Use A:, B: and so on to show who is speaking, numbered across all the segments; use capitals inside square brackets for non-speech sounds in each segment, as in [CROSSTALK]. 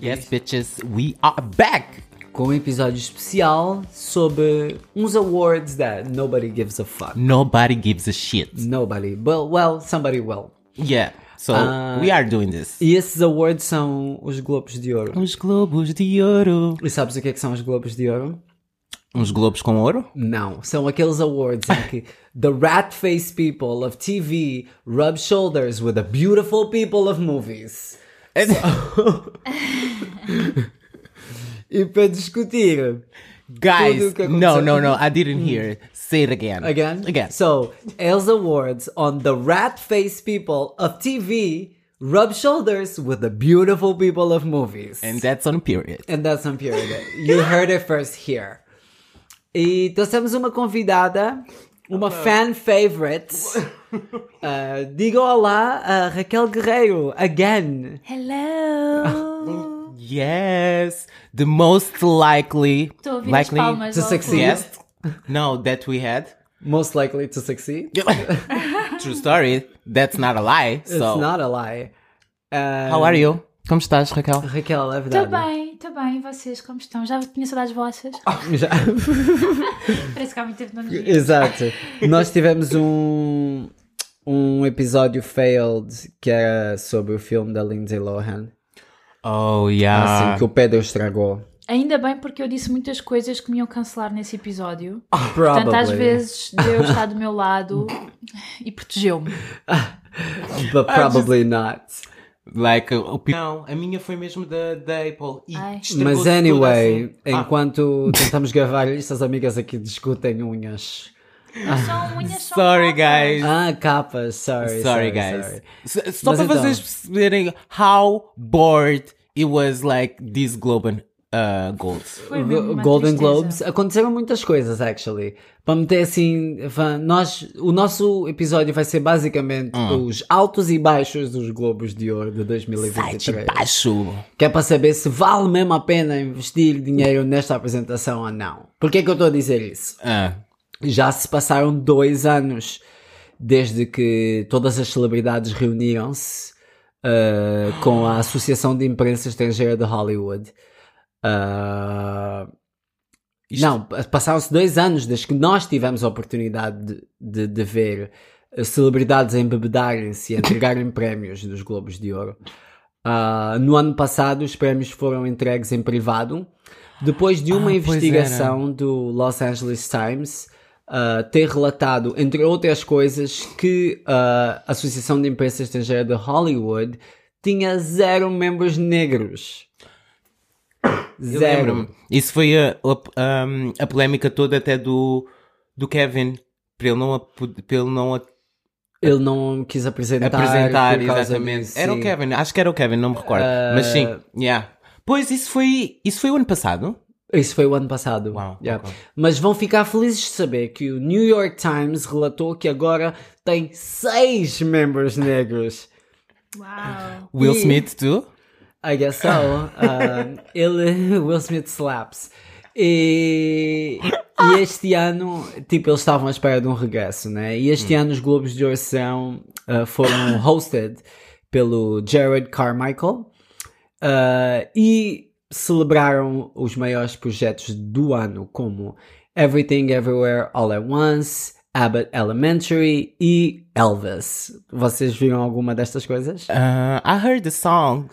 A: Yes, bitches, we are back!
B: Com um episódio especial sobre uns awards that nobody gives a fuck.
A: Nobody gives a shit.
B: Nobody. Well, well, somebody will.
A: Yeah, so we are doing this.
B: E esses awards são os Globos de Ouro.
A: Uns globos de ouro.
B: E sabes o que é que são os Globos de Ouro?
A: Uns globos com ouro?
B: Não, são aqueles awards em que the rat faced people of TV rub shoulders with the beautiful people of movies. [LAUGHS] E para discutir.
A: Guys,
B: Tudo o que
A: no,
B: aconteceu.
A: no, no, I didn't hear. it. Say it again.
B: Again?
A: Again.
B: So, Els Awards on the rat faced people of TV rub shoulders with the beautiful people of movies.
A: And that's on period.
B: And that's on period. You heard it first here. E então temos uma convidada, uma fan favorite. Uh, diga olá a Raquel Guerreiro, again. [LAUGHS]
C: Hello!
A: Yes, the most likely,
C: Tô ouvindo
A: likely
C: as palmas.
B: to
C: logo.
B: succeed.
A: guest. No, that we had.
B: Most likely to succeed.
A: True story. That's not a lie. so,
B: It's not a lie. Uh,
A: how are you? Como estás, Raquel?
B: Raquel, é
C: Tô
B: verdade.
C: bem, tô bem. E vocês, como estão? Já tinha saudades vossas?
B: Já-
C: Parece que há muito tempo não nos vimos.
B: Exato. Nós tivemos um, um episódio failed que era sobre o filme da Lindsay Lohan.
A: Oh, yeah.
B: Assim que o Pedro estragou.
C: Ainda bem porque eu disse muitas coisas que me iam cancelar nesse episódio.
B: Probably.
C: Portanto, às vezes Deus está do meu lado e protegeu-me.
B: But
A: Ah,
B: probably not.
A: Like, uh, o pi- Não, a minha foi mesmo da, da Apple. E
C: Ai.
A: estragou-se
B: Mas
A: tudo
B: anyway,
A: assim. Ah,
B: enquanto tentamos gravar isto, as amigas aqui discutem unhas.
C: São unhas são
A: Sorry,
C: capas.
A: guys.
B: Ah, capas, sorry.
A: sorry,
B: Sorry,
A: guys.
B: sorry.
A: S- Só
B: Mas
A: para
B: então-
A: vocês perceberem how bored it was like this Globe and uh, Gold.
C: Foi mesmo
B: Go-
C: uma
B: Golden
C: tristeza.
B: Globes, aconteceram muitas coisas, actually. Para meter assim, fa- nós, o nosso episódio vai ser basicamente os altos e baixos dos Globos de Ouro de
A: Sai de
B: 2023.
A: baixo.
B: Que é para saber se vale mesmo a pena investir dinheiro nesta apresentação ou não. Porquê que eu estou a dizer isso?
A: Ah,
B: Já se passaram dois anos desde que todas as celebridades reuniram-se uh, com a Associação de Imprensa Estrangeira de Hollywood. Uh,
A: Ah, Isto-
B: Não, passaram-se dois anos desde que nós tivemos a oportunidade de, de- de ver eh, celebridades a
A: [LAUGHS]
B: embebedarem-se e a entregarem prémios dos Globos de Ouro. Ah, no ano passado, os prémios foram entregues em privado, depois de uma
A: Ah, pois
B: investigação do Los Angeles Times ah, ter relatado, entre outras coisas, que ah, a Associação de Imprensa Estrangeira de Hollywood tinha zero membros negros.
A: eu
B: Zero.
A: lembro-me. Isso foi a, a, um, a polémica toda até do, do Kevin. Para ele não, a, para ele não a-
B: Ele não quis apresentar.
A: apresentar,
B: por causa
A: exatamente.
B: disso,
A: era o
B: sim. Ah.
A: Kevin, acho que era o Kevin, não me recordo. Mas sim, yeah. Pois isso foi, isso foi o ano passado?
B: Isso foi o ano passado.
A: Uau,
B: Yeah.
A: ok.
B: Mas vão ficar felizes de saber que o New York Times relatou que agora tem seis membros negros.
C: Uau!
A: Will
B: E-
A: Smith, tu?
B: I guess so. Um, ele, Will Smith slaps. E, e este ano, tipo, eles estavam à espera de um regresso, né? E este ano os Globos de Ouro são, uh, foram hosted pelo Jared Carmichael uh, e celebraram os maiores projetos do ano, como Everything Everywhere All at Once, Abbott Elementary e Elvis. Vocês viram alguma destas coisas?
A: Uh, I heard the song,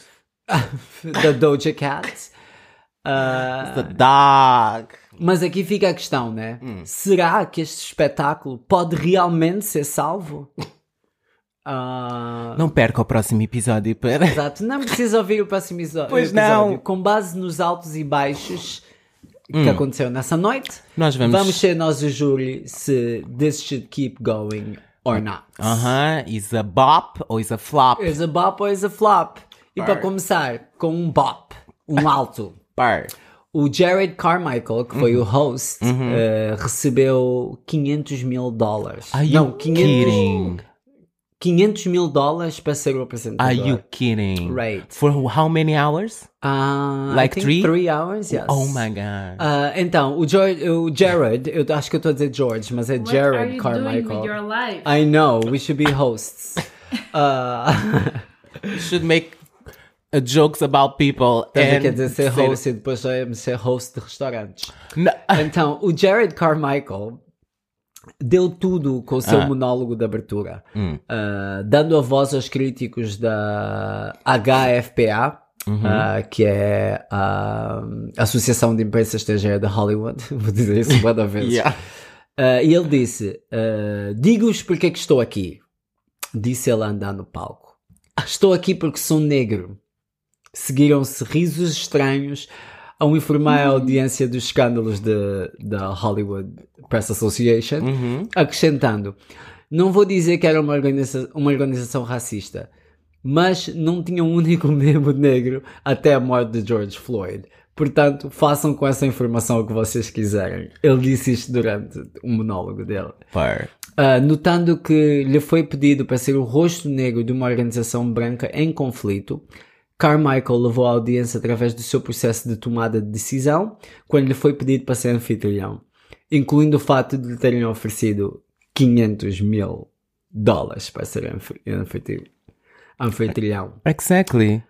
B: da Doja Cat. Ah,
A: The Dog.
B: mas aqui fica a questão, né?
A: Hum.
B: Será que este espetáculo pode realmente ser
A: [LAUGHS]
B: salvo? Ah,
A: Não perca o próximo episódio para...
B: Exato, não precisa ouvir o próximo episo- episódio.
A: Pois não.
B: Com base nos altos e baixos que aconteceu nessa noite,
A: [LAUGHS] Nós Hum. vamos...
B: vamos ser nós o júri se this should keep going or not.
A: Aham, is a bop ou is a flop?
B: Is a bop or is a flop? E para começar, com um bop, um alto.
A: Par.
B: O Jared Carmichael, que
A: Uhum.
B: foi o host, eh, recebeu 500 mil dólares.
A: Are you
B: Não, 500,
A: kidding?
B: 500 mil dólares para ser o apresentador.
A: Are you kidding?
B: Right.
A: For how many hours?
B: Ah, I
A: Like
B: think
A: three?
B: three hours, yes.
A: Oh my God.
B: Ah, então, o, George, o Jared, eu acho que eu estou a dizer George, mas é
C: What are
B: Jared
C: you doing
B: Carmichael.
C: with your life? [LAUGHS]
B: I know, we should be hosts. Ah,
A: You should make uh, jokes about people.
B: Estás
A: and
B: aqui a Então, dizer ser
A: ser-
B: host e depois só é ser host de restaurantes.
A: [LAUGHS] Não,
B: Então, o Jared Carmichael deu tudo com o seu
A: Ah.
B: monólogo de abertura,
A: Hum.
B: ah, dando a voz aos críticos da HFPA,
A: Uhum.
B: ah, que é a Associação de Imprensa Estrangeira de Hollywood, [LAUGHS] vou dizer isso cada vez.
A: [LAUGHS] Yeah.
B: Ah, e ele disse: ah, Digo-vos porque é que estou aqui. Disse ele a andar no palco. "Ah, Estou aqui porque sou negro. Seguiram-se risos estranhos ao informar a audiência dos escândalos de- da Hollywood Press Association,
A: Uhum.
B: acrescentando: Não vou dizer que era uma, organiza- uma organização racista, mas não tinha um único [LAUGHS] membro negro até a morte de George Floyd. Portanto, façam com essa informação o que vocês quiserem. Ele disse isto durante o monólogo dele.
A: Par.
B: Ah, notando que lhe foi pedido para ser o rosto negro de uma organização branca em conflito, Carmichael levou a audiência através do seu processo de tomada de decisão quando lhe foi pedido para ser anfitrião, incluindo o fato de lhe terem oferecido 500 mil dólares para ser anfi- anfitri- anfitrião.
A: Exactly.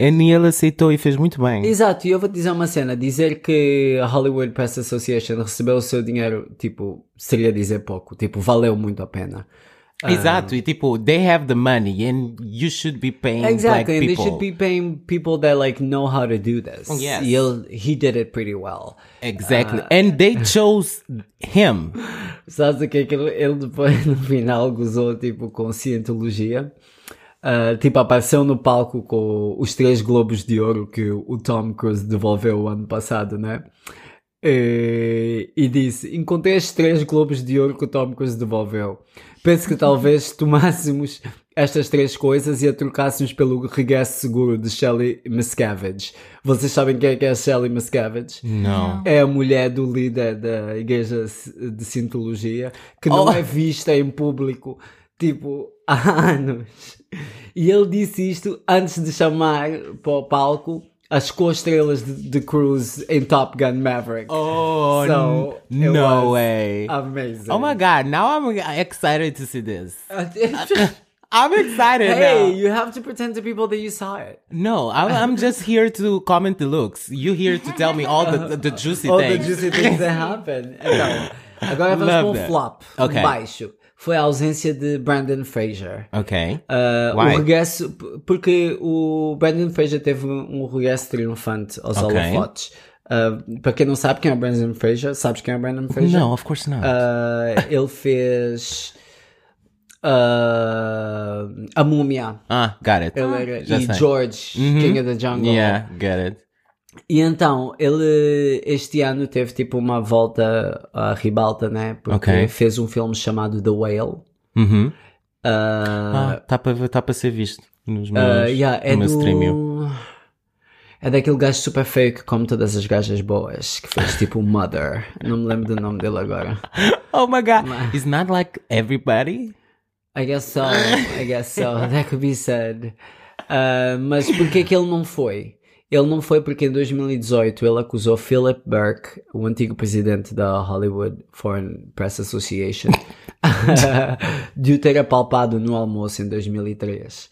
A: E ele aceitou e fez muito bem.
B: Exato, e eu vou te dizer uma cena: dizer que a Hollywood Press Association recebeu o seu dinheiro, tipo, seria dizer pouco, tipo, valeu muito a pena.
A: Exato, e tipo, they have the money and you should be paying
B: Exactly,
A: black
B: and they
A: people.
B: should be paying people that like know how to do this.
A: Yes.
B: E ele- he did it pretty well.
A: Exactly.
B: Ah.
A: and they chose
B: [LAUGHS]
A: him.
B: Sabes o que é que ele, ele depois [LAUGHS] no final gozou tipo com cientologia? Ah, tipo, apareceu no palco com os três Globos de Ouro que o Tom Cruise devolveu o ano passado, né? E, Eh, e disse: Encontrei estes três Globos de Ouro que o Tom Cruise devolveu. Penso que
A: [LAUGHS]
B: talvez tomássemos estas três coisas e a trocássemos pelo regresso seguro de Shelley Miscavige. Vocês sabem quem é que é a Shelley Miscavige?
A: Não.
B: é a mulher do líder da igreja de Scientologia que não
A: Oh.
B: é vista em público tipo há anos. E ele disse isto antes de chamar para o palco as co-estrelas de, de Cruise em Top Gun Maverick.
A: Oh,
B: So,
A: n-
B: it
A: no
B: was
A: way.
B: Amazing.
A: Oh my god, now I'm excited to see this. I'm excited
B: [LAUGHS] hey,
A: now.
B: you have to pretend to people that you saw it.
A: No, I'm, I'm just here to comment the looks. You here to tell me all the, the juicy
B: All the
A: things.
B: juicy things that
A: [LAUGHS]
B: happen. Então, agora vamos
A: Love
B: com o
A: that.
B: flop. um
A: Okay.
B: Baixo. Foi a ausência de Brandon Fraser.
A: Okay.
B: Uh,
A: Why?
B: o regresso, p- porque o Brandon Fraser teve um um regresso triunfante aos
A: Ok.
B: holofotes. Uh, para quem não sabe quem é o Brandon Fraser, sabes quem é o Brandon Fraser?
A: no, of course not.
B: Uh, ele fez uh, A Múmia.
A: ah, got it.
B: Ele era, e
A: já sei. Uhum.
B: George, King of the Jungle.
A: Yeah, got it.
B: E então, ele este ano teve tipo uma volta à ribalta, né? Porque
A: Ok.
B: fez um filme chamado The Whale.
A: Uhum.
B: Uh,
A: Mm-hmm. Ah, tá para tá pra ser visto nos meus,
B: Ah, yeah, é
A: no meu streaming.
B: do... É daquele gajo super feio que come todas as gajas boas, que fez tipo Mother. Não me lembro do nome dele agora.
A: Oh my god, it's not like everybody.
B: I guess so, I guess so, that could be said. Ah, mas porquê que ele não foi? Ele não foi porque em 2018 ele acusou Philip Burke, o antigo presidente da Hollywood Foreign Press Association, [LAUGHS] de o ter apalpado no almoço em 2003.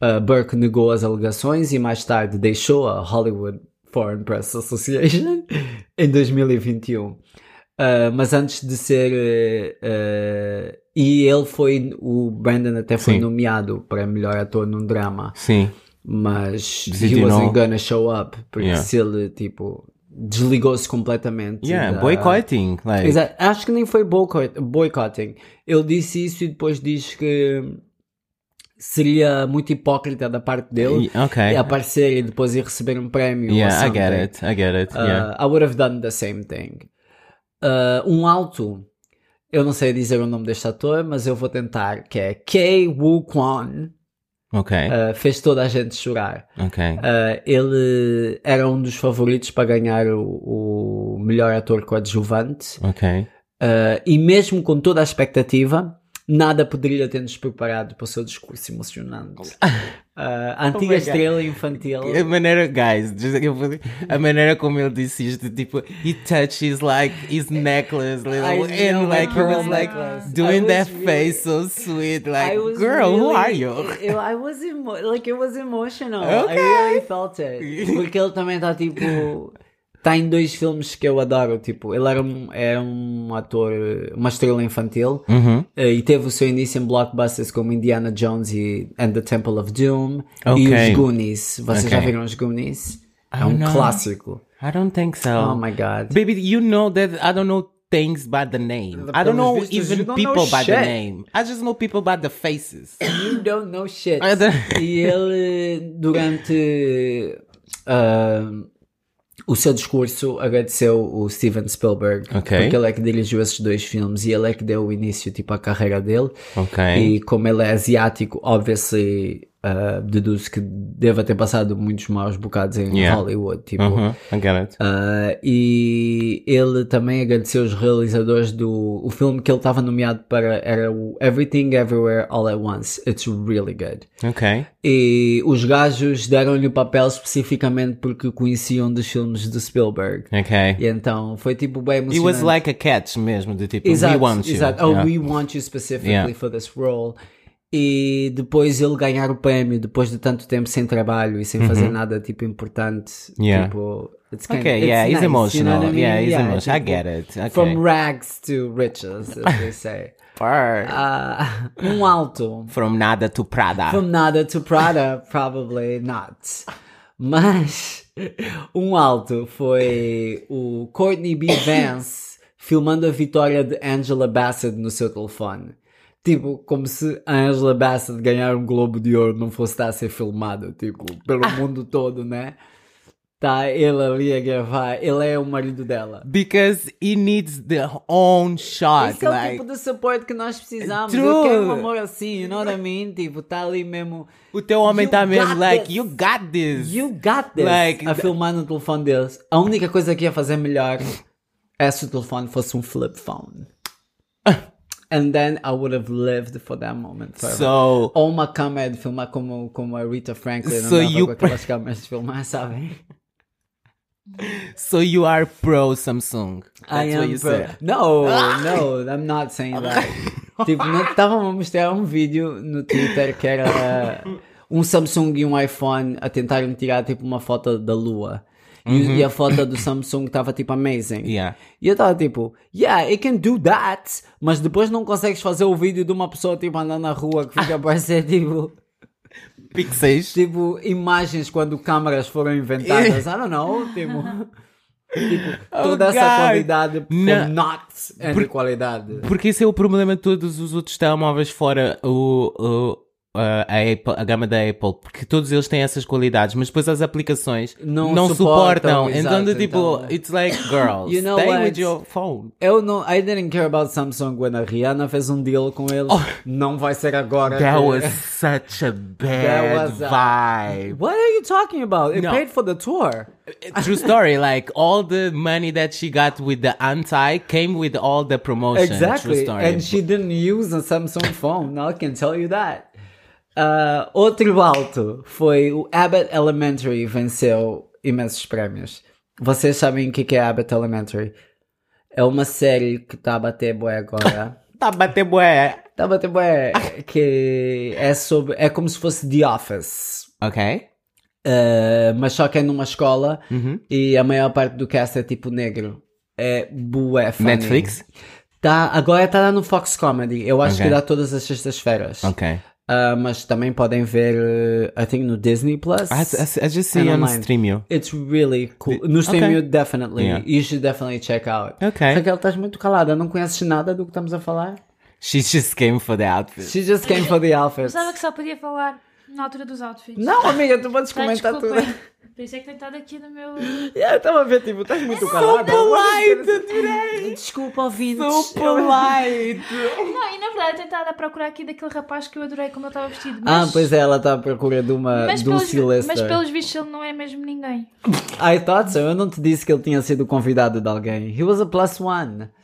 B: Ah, Burke negou as alegações e mais tarde deixou a Hollywood Foreign Press Association [LAUGHS] em 2021. Uh, mas antes de ser. uh, uh, e ele foi. O Brandon até foi
A: Sim.
B: nomeado para melhor ator num drama,
A: Sim.
B: mas
A: Decidiu
B: he wasn't
A: não.
B: gonna show up, porque
A: Yeah.
B: se ele, tipo, desligou-se completamente.
A: Yeah,
B: da-
A: boycotting. Like,
B: Exa- Acho que nem foi boycott, boycotting. Ele disse isso e depois diz que seria muito hipócrita da parte dele
A: Yeah, okay.
B: aparecer e depois ir receber um prémio. ou
A: Yeah, I get
B: something.
A: it. I get it. yeah.
B: Uh, I would have done the same thing. Uh, um alto, eu não sei dizer o nome deste ator, mas eu vou tentar, que é Kei Woo Kwon.
A: Okay.
B: Uh, fez toda a gente chorar.
A: okay.
B: Uh, ele era um dos favoritos para ganhar o, o melhor ator coadjuvante.
A: okay.
B: Uh, e mesmo com toda a expectativa, nada poderia ter-nos preparado para o seu discurso emocionante. ah, a antiga
A: my God.
B: estrela infantil.
A: A maneira, Eh, guys, just like eu vou- a maneira como ele disse isto, tipo, he touches like his necklace, little,
B: I know
A: and
B: my
A: like he
B: pearl
A: was like
B: necklace.
A: doing
B: I
A: that
B: was really-
A: face so sweet, like,
B: I was
A: girl, who are
B: really-
A: you?
B: Eu- I was emo- like it was emotional.
A: Okay.
B: I really felt it.
A: [LAUGHS]
B: Porque ele também está tipo está em dois filmes que eu adoro, tipo, ele era um, era um ator, uma estrela infantil
A: Uhum.
B: eh, e teve o seu início em blockbusters como Indiana Jones e and the Temple of Doom
A: Ok.
B: e os Goonies. Vocês já
A: Ok.
B: viram os Goonies? É
A: Oh,
B: um
A: não.
B: clássico.
A: I don't think
B: Oh
A: so.
B: my god.
A: Baby, you know that I don't know things by the name. I don't
B: pelos
A: know
B: vistos, you
A: even
B: don't know
A: people by the
B: shit.
A: name. I just know people by the [COUGHS] faces.
B: You don't know shit.
A: I don't-
B: E ele, durante ah, o seu discurso, agradeceu o Steven Spielberg,
A: Ok.
B: porque ele é que dirigiu esses dois filmes e ele é que deu o início tipo, à carreira dele.
A: Ok.
B: E como ele é asiático, obviously, ah, deduzo que deva ter passado muitos maus bocados em
A: Yeah.
B: Hollywood. Tipo,
A: Uhum, Uh-huh. I get it.
B: ah, e ele também agradeceu os realizadores do o filme que ele estava nomeado para era o Everything Everywhere All at Once. It's really good.
A: Ok.
B: E os gajos deram-lhe o papel especificamente porque conheciam dos filmes do Spielberg.
A: Ok.
B: E então foi tipo bem emocionante.
A: It was like a catch mesmo, do tipo,
B: Exato,
A: we want you.
B: exato. Oh,
A: Yeah.
B: we want you specifically
A: Yeah.
B: for this role. E depois ele ganhar o prémio depois de tanto tempo sem trabalho e sem fazer nada tipo importante.
A: Uhum. Yeah.
B: Tipo, it's kind
A: Okay, yeah, it's emotional. Yeah, it's emotional. I get it. Okay.
B: tipo, From rags to riches, as they
A: [LAUGHS]
B: say.
A: Purr.
B: Ah, um alto.
A: From nada to Prada.
B: From nada to Prada, probably not. Mas um alto foi o Courtney B. Vance filmando a vitória de Angela Bassett no seu telefone. Tipo, como se a Angela Bassett ganhar um Globo de Ouro não fosse estar a ser filmada, tipo, pelo mundo todo, né? Tá ele ali a gravar, ele é o marido dela.
A: Because he needs their own shot.
B: Esse é o
A: like,
B: tipo de suporte que nós precisamos. Eu
A: True.
B: quero um amor assim, you know what I mean? Tipo, tá ali mesmo.
A: o teu homem
B: You
A: tá mesmo,
B: got
A: like,
B: this.
A: you got this.
B: You got this.
A: Like,
B: a filmar no telefone deles. A única coisa que ia fazer melhor é se o telefone fosse um flip
A: [LAUGHS]
B: phone. And then I would have lived for that moment. forever.
A: So,
B: Ou uma câmera de filmar como, como a Rita Franklin
A: So
B: andava
A: you
B: com
A: [LAUGHS]
B: aquelas câmeras de filmar, sabem?
A: so you are pro Samsung. That's
B: I
A: what
B: am
A: you
B: pro-
A: said. Ah!
B: No, no, I'm not saying that.
A: [LAUGHS]
B: tipo, estavam a mostrar um vídeo no Twitter que era um Samsung e um iPhone a tentarem tirar tipo uma foto da lua. E, e a foto do Samsung estava tipo amazing.
A: Uhum. Yeah.
B: E eu estava tipo, yeah, it can do that, mas depois não consegues fazer o vídeo de uma pessoa tipo andando na rua que
A: [LAUGHS]
B: fica a parecer tipo,
A: Pixels.
B: tipo imagens quando câmaras foram
A: [LAUGHS]
B: inventadas. I don't know, tipo, tipo, toda essa
A: Oh, God.
B: qualidade
A: Na-
B: por not and qualidade.
A: Porque esse é o problema de todos os outros telemóveis fora o, o- a, a Apple- a gama da Apple, porque todos eles têm essas qualidades, mas depois as aplicações
B: Não
A: não,
B: suportam,
A: suportam.
B: exato,
A: Então, do tipo,
B: então-
A: it's
B: [LAUGHS]
A: like, girl,
B: You know
A: stay
B: what?
A: with your phone.
B: Eu não, I didn't care about Samsung when a Rihanna fez um deal com eles. Não vai ser agora.
A: Oh.
B: É. [LAUGHS] que-
A: That was such a bad
B: That was a-
A: vibe.
B: What are you talking about? It
A: No.
B: paid for the tour.
A: True story. Like all the money that she got with the anti came with all the promotion. True
B: Exactly.
A: story.
B: And she didn't use a Samsung phone. Now I can tell you that. Ah, outro alto foi o Abbott Elementary venceu imensos prémios. Vocês sabem o que que é Abbott Elementary? É uma série que está a bater boa
A: [LAUGHS]
B: agora.
A: tá bater bué.
B: Está a bater boé que é sobre. É como se fosse The Office.
A: Ok.
B: Uh, mas só que é numa escola
A: Uhum.
B: e a maior parte do cast é tipo negro. É bué funny.
A: Netflix?
B: Tá, agora está no Fox Comedy. Eu acho
A: Ok.
B: que dá todas as sextas-feiras.
A: Ok.
B: Uh, mas também podem ver, uh, I think, no Disney Plus.
A: I, I, I just
B: And
A: see on
B: online.
A: Streamio.
B: It's really cool. No streaming, definitely.
A: Yeah.
B: You should definitely check out.
A: Ok.
B: Raquel, estás tá muito calada. Não conheces nada do que estamos a falar?
A: She just came for the outfit.
B: She just came for the outfits.
C: Pensava que só podia falar na altura dos outfits.
B: Não, amiga, tu podes
C: Tá,
B: comentar
C: desculpem.
B: tudo.
C: Por isso é que tem estado aqui no meu.
B: Yeah, eu estava a ver, tipo, estás muito calada.
A: Polite today.
B: Desculpa, ouvintes.
A: So polite.
C: Não, e na verdade eu tenho estado a procurar aqui daquele rapaz que eu adorei como ele estava vestido.
B: Ah,
C: Mas,
B: pois é, ela está à procura de uma
C: mas,
B: de um
C: pelos,
B: Sylvester.
C: mas pelos vistos ele não é mesmo ninguém.
B: I thought so. Eu não te disse que ele tinha sido convidado de alguém. He was a plus one.
A: [LAUGHS]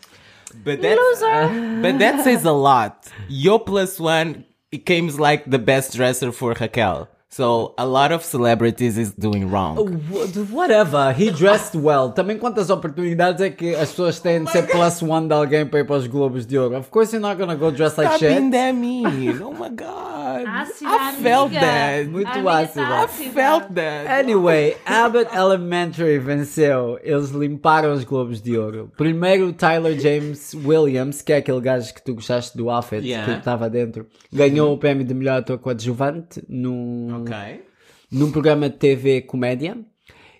A: But that, uh, but that says a lot. Your plus one it came like the best dresser for Raquel. So a lot of celebrities is doing wrong.
B: Wh- Oh, Whatever, he dressed well. Também quantas oportunidades é que as pessoas têm
C: Oh
B: de ser plus one de alguém para ir para os Globos de Ouro? Of course you're not gonna go dress like
A: Stop
B: shit.
A: being that mean. Oh my god.
C: Ácida,
A: I Ah, felt
C: amiga.
A: that.
B: Muito
C: A amiga tá
B: ácida.
A: I felt that.
B: Anyway, Abbott Elementary venceu. Eles limparam os Globos de Ouro. Primeiro o Tyler James Williams, que é aquele gajo que tu gostaste do outfit,
A: Yeah.
B: que estava dentro, ganhou o prémio de melhor ator coadjuvante num,
A: Okay.
B: num programa de TV comédia.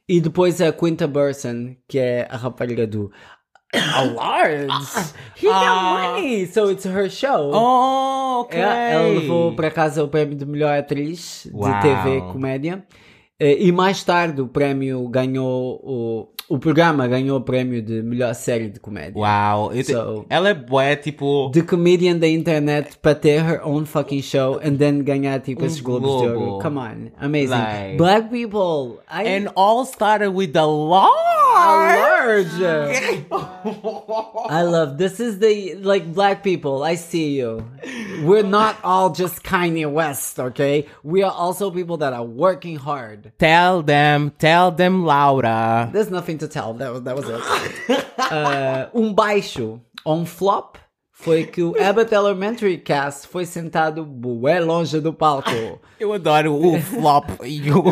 B: E depois a Quinta Burson, que é a rapariga do [COUGHS] Awards. He
A: Ah.
B: got money, so it's her show.
A: Oh, okay.
B: É, ela levou para casa o prémio de melhor atriz
A: Uau.
B: de TV comédia. Eh, E mais tarde o prémio ganhou o, o programa ganhou o prémio de melhor série de comédia.
A: Wow. It,
B: So-
A: ela é boa, tipo.
B: The comedian da internet para ter her own fucking show and then ganhar tipo esses globos de
A: Um Globo.
B: ouro. Come on, amazing.
A: Like-
B: Black people, I
A: And all started with the Lord.
B: large. I love this is the like black people. I see you. We're not all just Kanye West, okay? We are also people that are working hard.
A: Tell them, tell them, Laura.
B: There's nothing to tell. That was that was it. Uh, um baixo ou um flop foi que o Abbott Elementary Cast foi sentado bué longe do palco.
A: Eu adoro o
B: [LAUGHS]
A: flop e o.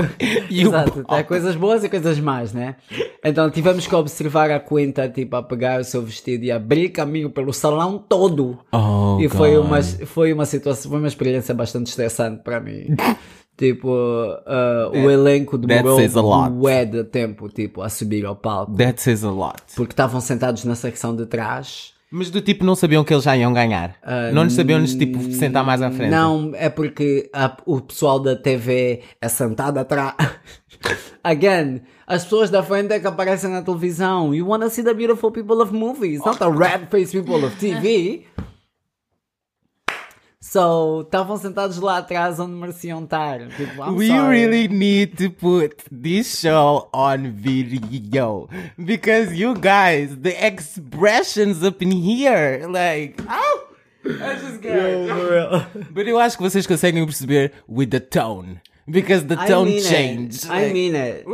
A: E o
B: Exato, há coisas boas e coisas más, né? Então tivemos que observar a Quinta, tipo, a pegar o seu vestido e abrir caminho pelo salão todo.
A: Oh,
B: e foi
A: God.
B: uma, foi uma situação, foi uma experiência bastante estressante para
A: [LAUGHS]
B: mim. tipo, ah, o elenco demorou
A: says a lot.
B: bué de tempo, tipo, a subir ao palco.
A: That says a lot.
B: Porque estavam sentados na secção de trás.
A: Mas do tipo, não sabiam que eles já iam ganhar. não nos sabiam nos tipo sentar mais à frente.
B: Ah, Não, é porque a- o pessoal da TV é sentado atrás. [LAUGHS] Again, as pessoas da frente é que aparecem na televisão. You wanna see the beautiful people of movies, not the red faced people of TV. So, estavam sentados lá atrás onde mereciam estar. Tipo, I'm
A: We
B: sorry.
A: really need to put this show on video because you guys, the expressions up in here, like, oh, I just got it. But eu acho que vocês conseguem perceber with the tone because the
B: I
A: tone
B: mean
A: changed.
B: It.
A: like-
B: I mean it.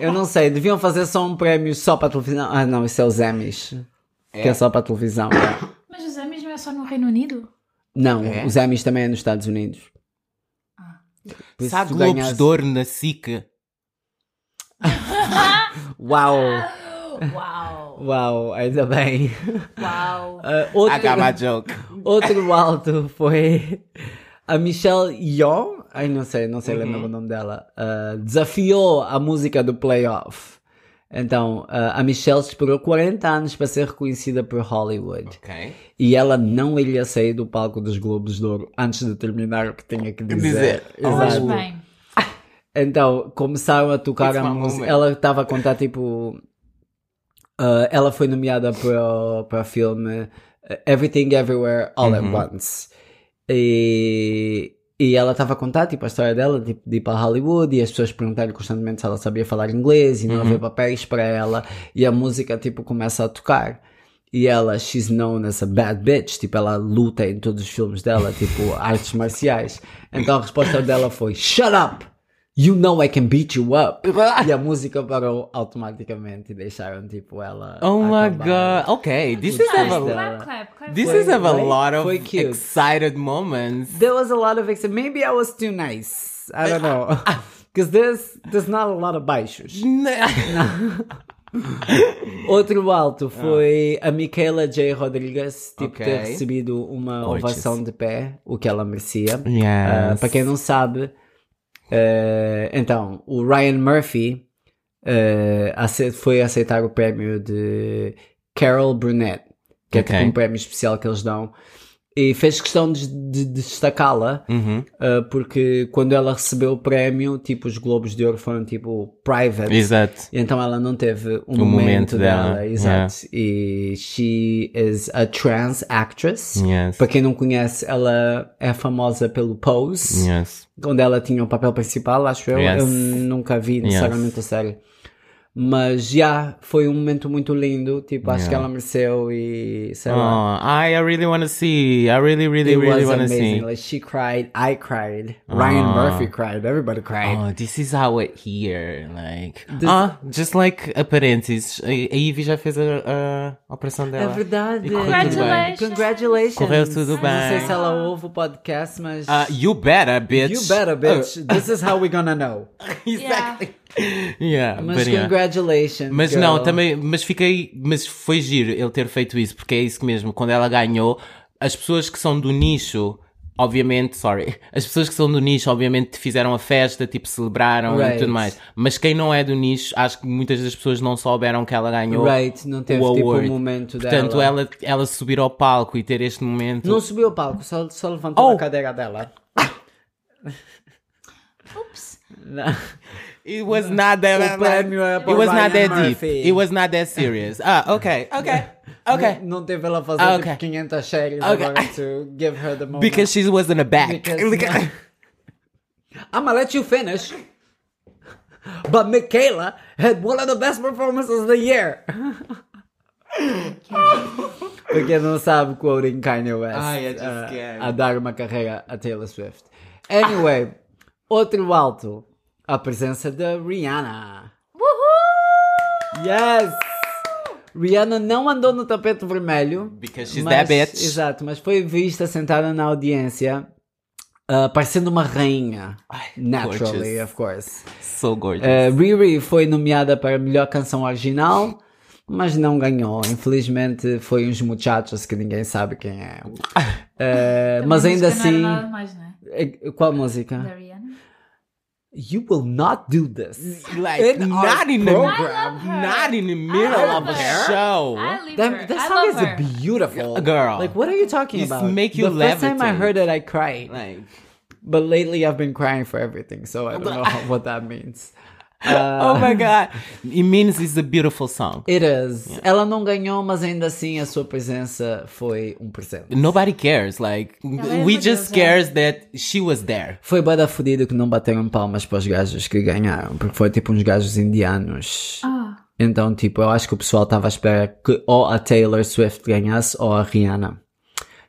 B: Eu não sei, deviam fazer só um prémio só para televisão. Ah, não, isso é os Emmys. Que é só para televisão.
C: Mas os Emmys não é só no Reino Unido?
B: Não,
A: É?
B: os Emmys também é nos Estados Unidos. Por isso
A: Se há
B: tu
A: Globos
B: ganhas-
A: de Ouro na SIC,
B: Uau,
C: Uau!
B: uau, ainda bem.
C: Uau!
B: [LAUGHS] Ah,
A: I got my
B: outro,
A: joke.
B: outro alto foi a Michelle Yeoh, ai não sei, não sei lembrar o nome dela, ah, desafiou a música do playoff. Então, ah, a Michelle esperou 40 anos para ser reconhecida por Hollywood.
A: Ok.
B: E ela não iria sair do palco dos Globos de Ouro antes de terminar o que tinha que dizer.
A: dizer.
C: Mas
A: Exato.
C: bem,
B: Então, começaram a tocar
A: It's
B: a
A: my
B: música.
A: moment.
B: Ela estava a contar, tipo. uh, ela foi nomeada para o- para o filme uh, Everything Everywhere All
A: Uhum.
B: at Once. E, e ela estava a contar, tipo, a história dela, tipo, de ir para Hollywood e as pessoas perguntaram constantemente se ela sabia falar inglês e não
A: Uhum.
B: havia papéis para ela. E a música, tipo, começa a tocar. E ela, she's known as a bad bitch. Tipo, ela luta em todos os filmes dela, tipo,
A: [LAUGHS]
B: artes marciais. Então a resposta dela foi: Shut up! You know I can beat you up. E a música parou automaticamente e deixaram, tipo, ela.
A: Oh my
B: acabar.
A: god. Okay, this is
B: Nice.
A: have a
B: Nice.
A: lot.
C: clap, clap, clap.
A: This
B: Foi-
A: is have a
B: foi-
A: lot of
B: foi cute.
A: excited [LAUGHS] moments.
B: There was a lot of except maybe I was too nice. I don't
A: [LAUGHS]
B: know.
A: ah.
B: [LAUGHS] Because there's, there's not a lot of baixos. Outro alto foi a Michaela J. Rodrigues, tipo,
A: Ah. Ok.
B: ter recebido uma
A: Gorgeous.
B: ovação de pé, o que ela merecia. Ah,
A: Yes.
B: para quem não sabe, eh, então, o Ryan Murphy eh, ace- foi aceitar o prémio de Carol Burnett, que
A: Ok.
B: é tipo um prémio especial que eles dão, e fez questão de, de- de destacá-la,
A: Uhum.
B: ah, porque quando ela recebeu o prémio, tipo, os Globos de Ouro foram tipo private.
A: Exato.
B: E Então ela não teve um
A: O
B: momento,
A: momento
B: dela,
A: dela,
B: exato. E she is a trans actress.
A: Yes.
B: Para quem não conhece, ela é famosa pelo Pose,
A: Yes.
B: onde ela tinha o papel um principal, acho eu.
A: Yes.
B: Eu nunca vi necessariamente a série. Mas já foi um momento muito lindo. Tipo, acho
A: Yeah.
B: que ela mereceu e sei lá.
A: Oh, I, I really want to see. I really, really,
B: It was
A: really want to
B: amazing.
A: see.
B: Like she cried, I cried, Ryan
A: Ah.
B: Murphy cried, everybody cried.
A: Oh, this is how it here, like.
B: This-
A: Ah, just like a parênteses, a a Ivy já fez a, a operação
B: É
A: dela.
B: verdade.
A: E correu tudo bem.
B: Congratulations. Congratulations.
A: Correu tudo
B: Não sei
A: bem.
B: se ela ouve o podcast, mas.
A: Ah, Oh. you better, bitch.
B: you better, bitch. This is how we're gonna
A: [LAUGHS]
B: know.
A: exactly. Yeah,
B: Mas
A: but yeah.
B: congratulations.
A: Mas
B: girl.
A: não, também, mas fiquei, mas foi giro ele ter feito isso, porque é isso mesmo, quando ela ganhou, as pessoas que são do nicho, obviamente, sorry, [LAUGHS] as pessoas que são do nicho, obviamente, fizeram a festa, tipo, celebraram e
B: Right.
A: tudo mais, mas quem não é do nicho, acho que muitas das pessoas não souberam que ela ganhou
B: Right, não teve
A: o
B: tipo
A: award.
B: um momento
A: Portanto,
B: dela.
A: ela, ela subir ao palco e ter este momento.
B: Não subiu ao palco, só, só levantou
A: Oh.
B: a cadeira dela.
C: Ups.
B: Não.
A: It was not that.
B: O prémio é
A: it
B: para
A: was not
B: Ryan
A: that deep.
B: Murphy.
A: It was not that serious. Ah, [LAUGHS] ok, ok, ok.
B: Não, não teve ela fazer
A: Ah,
B: tipo,
A: ok.
B: 500 séries
A: Ok.
B: agora to give her
A: [LAUGHS]
B: the moment.
A: Because she was in the back.
B: Because- I'ma let you finish. But Michaela had one of the best performances of the year. Pra quem não sabe, quoting Kanye West.
A: Ai, I just
B: uh,
A: can't.
B: a dar uma carreira a Taylor Swift. Anyway, outro alto. A presença da Rihanna. Yes! Rihanna não andou no tapete vermelho.
A: [LAUGHS] Because she's
B: mas-
A: that bitch.
B: Exato, mas foi vista sentada na audiência, ah, parecendo uma rainha.
A: Ai,
B: Naturally,
A: gorgeous.
B: of course.
A: So gorgeous.
B: Ah, Riri foi nomeada para melhor canção original, mas não ganhou. Infelizmente, foi uns muchachos que ninguém sabe quem é. Ah, mas ainda
C: Também
B: assim.
C: Não era nada mais, né?
B: eh, Qual música?
C: Da Rihanna.
B: You will not do this.
A: like
B: in our
A: not in
B: program.
A: the not in the middle
C: love
A: of a
C: her.
A: show.
C: I leave
B: That,
C: her.
B: that
C: I
B: song
C: love
B: is
C: her.
B: beautiful.
A: Girl.
B: Like, what are you talking
A: It's
B: about?
A: make you
B: the first time I
A: levitate.
B: heard it, I cried.
A: like
B: But lately, I've been crying for everything, so I don't know [LAUGHS] how- what that means.
A: oh my god, [LAUGHS] it means it's a beautiful song.
B: It is. Ela não ganhou, mas ainda assim a sua presença foi um presente.
A: Nobody cares. Like
C: Ela é
A: we just
C: maravilhosa.
A: cares that she was there.
B: Foi bada fodido que não bateram palmas para os gajos que ganharam, porque foi tipo uns gajos indianos.
C: Ah,
B: Então, tipo, eu acho que o pessoal estava à espera que ou a Taylor Swift ganhasse ou a Rihanna.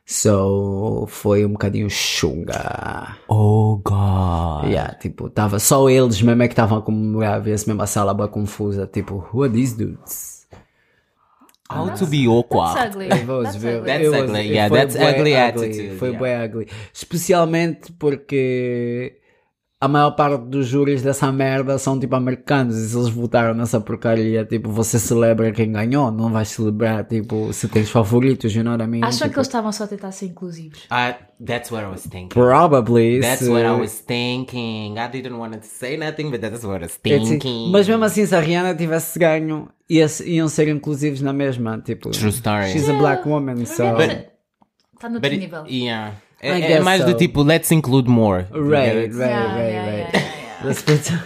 B: So, foi um bocadinho chunga.
A: Oh god.
B: Yeah, tipo, tava só eles mesmo é que estavam a comemorar, via-se mesmo a sala bem confusa, tipo, who are these dudes?
A: How to be awkward.
C: that's ugly.
B: It was
C: That's
B: very-
C: ugly.
A: That's
B: it was-
A: ugly,
B: it
A: yeah,
B: foi
A: that's
B: bué
A: ugly attitude,
B: Foi
A: yeah.
B: bué ugly. Especialmente porque a maior parte dos júris dessa merda são tipo americanos e se eles votaram nessa porcaria, tipo, você celebra quem ganhou, não vais celebrar, tipo, se tens favoritos, you know what I mean?
C: Acham que
B: Tipo,
C: eles estavam só a tentar ser inclusivos.
A: I, that's what I was thinking.
B: Probably.
A: That's
B: se-
A: what I was thinking. I didn't want to say nothing, but that's what I was
B: It's-
A: thinking.
B: Mas mesmo é assim, se a Rihanna tivesse ganho, ia, iam ser inclusivos na mesma, tipo...
A: True story.
B: She's a black woman, so...
C: Está tá no
A: But
C: outro
A: it-
C: nível.
A: yeah.
B: I
A: É, é
B: guess
A: mais do
B: so.
A: tipo, let's include more. You get
B: Right,
A: it?
B: right,
C: Yeah,
B: right,
C: yeah,
B: right.
C: yeah, yeah,
B: Let's put some,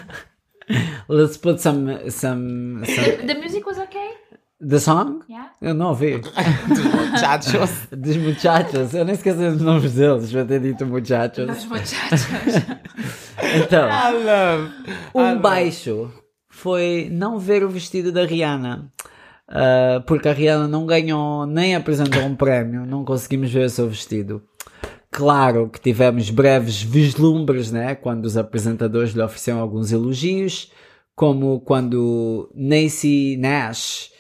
B: let's put some some, some
C: The, the music was okay?
B: the song.
C: Yeah.
B: Eu não ouvi.
A: Muchachos.
B: [LAUGHS] Dos muchachos. Eu nem esqueci os nomes deles, já ter dito muchachos.
C: Os muchachos.
B: Então,
A: I love.
B: um baixo foi não ver o vestido da Rihanna. Ah, porque a Rihanna não ganhou, nem apresentou um prémio, não conseguimos ver o seu vestido. Claro que tivemos breves vislumbres, né? Quando os apresentadores lhe ofereceram alguns elogios, como quando Nancy Nash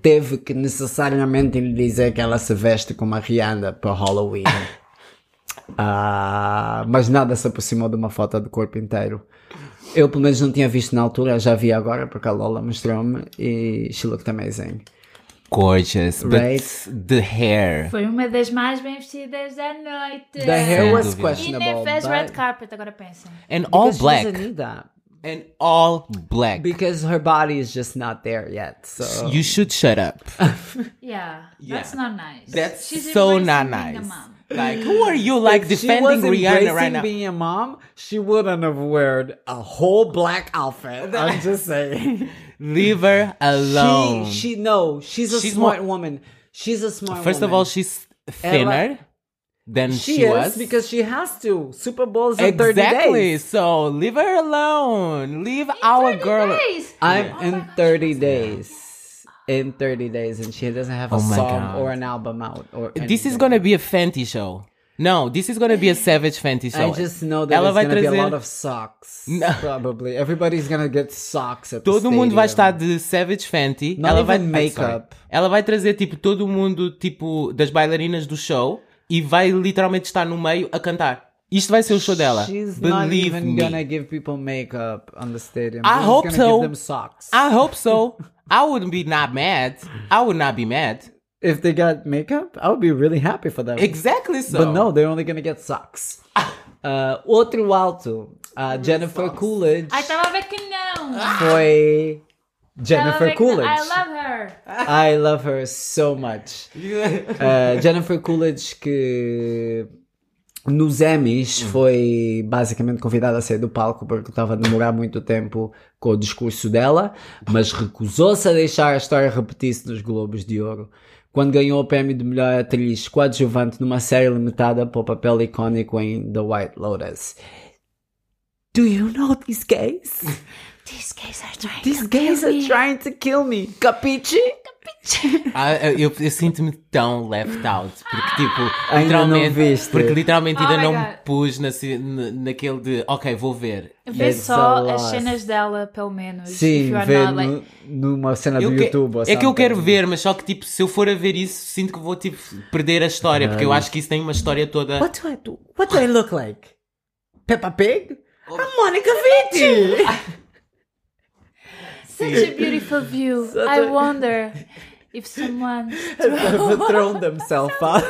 B: teve que necessariamente lhe dizer que ela se veste como a Rihanna para Halloween. Ah, mas nada se aproximou de uma foto do corpo inteiro. Eu pelo menos não tinha visto na altura, já vi agora porque a Lola mostrou-me e she looked amazing.
A: Gorgeous, but
B: Right?
A: the hair.
C: Foi uma das mais bem vestidas da noite.
B: The hair
A: Sem
B: was
A: dúvida.
C: E
B: questionable.
C: nem fez
B: but-
C: red carpet, agora pensem.
A: And all
B: Because she's
A: black.
B: Anita.
A: And all black.
B: Because her body is just not there yet. So
A: You should shut up.
B: [LAUGHS]
C: Yeah,
A: Yeah.
C: that's not nice.
A: That's
C: She's
A: so
C: embracing
A: not
C: being a
A: nice.
C: mom.
A: Like, who are you like
B: If
A: defending
B: she was
A: Rihanna right
B: embracing
A: now?
B: being a mom, she wouldn't have worn a whole black outfit. I'm just saying.
A: Leave her [LAUGHS] alone.
B: She, she no, she's a
A: She's
B: smart
A: more-
B: woman. She's a smart.
A: First of
B: woman.
A: all, she's thinner. than she,
B: She, is
A: was.
B: because she has to. Super Bowl's in 30
A: exactly.
B: days.
A: So leave her alone. Leave our girl.
C: Days.
B: I'm
C: Oh my
B: in
C: gosh.
B: 30 days. In 30 days, and she doesn't have a
A: Oh my
B: song
A: God.
B: or an album out. Or
A: This is
B: anything.
A: gonna be a Fenty show. No, this is gonna be a Savage Fenty show.
B: I just know that
A: ela
B: it's
A: vai
B: gonna be a
A: trazer-
B: lot of socks. Probably. Everybody's gonna get socks at the
A: Todo mundo vai estar
B: stadium.
A: de Savage Fenty.
B: Not
A: ela
B: even
A: vai
B: makeup.
A: Sorry. Ela vai trazer tipo todo mundo tipo das bailarinas do show e vai literalmente estar no meio a cantar. Isto vai ser o show dela.
B: She's not
A: Believe
B: even
A: me.
B: gonna give people makeup on the stadium.
A: I
B: She's
A: hope
B: gonna
A: so.
B: Give them socks.
A: I hope so. I would be not mad. I would not be mad.
B: if they got makeup, I would be really happy for them.
A: Exactly so.
B: But no, they're only gonna get
A: [LAUGHS]
B: socks. Uh, outro alto, uh, Jennifer Coolidge
C: Ai, tava a ver que não.
B: foi
C: Tava a ver
B: Jennifer
C: que não.
B: Coolidge.
C: I love her.
B: [LAUGHS] I love her so much. Uh, Jennifer Coolidge que nos Emmys foi basicamente convidada a sair do palco porque estava a demorar muito tempo com o discurso dela, mas recusou-se a deixar a história repetir-se nos Globos de Ouro. Quando ganhou o prémio de melhor atriz coadjuvante numa série limitada para o papel icónico em The White Lotus. Do you know these gays?
C: These guys are trying
B: These gays are trying to kill me. Capiche?
A: Ah, eu, eu sinto-me tão left out. Porque, tipo,
B: Ainda
A: literalmente.
B: não viste.
A: Porque literalmente
C: Oh
A: ainda
C: my
A: não me
C: God.
A: pus na, ci- na- naquele de ok, vou ver.
C: Vê
B: It's a
C: só
B: lot.
C: as cenas dela, pelo menos. If
B: Sim,
C: you are
B: vê
C: not, like-
B: nu- numa cena
A: Eu
B: do
A: que-
B: YouTube. ou tá
A: é que eu
B: something.
A: quero ver, mas só que tipo, se eu for a ver isso, sinto que vou tipo, perder a história, porque eu acho que isso tem uma história toda.
B: What do I do? What do I look like? Peppa Pig?
A: Oh.
B: I'm Monica Vitti! [LAUGHS]
C: Such a beautiful
A: [LAUGHS]
C: view.
B: Such
C: I
B: a-
C: wonder if someone.
B: They've thrown themselves out.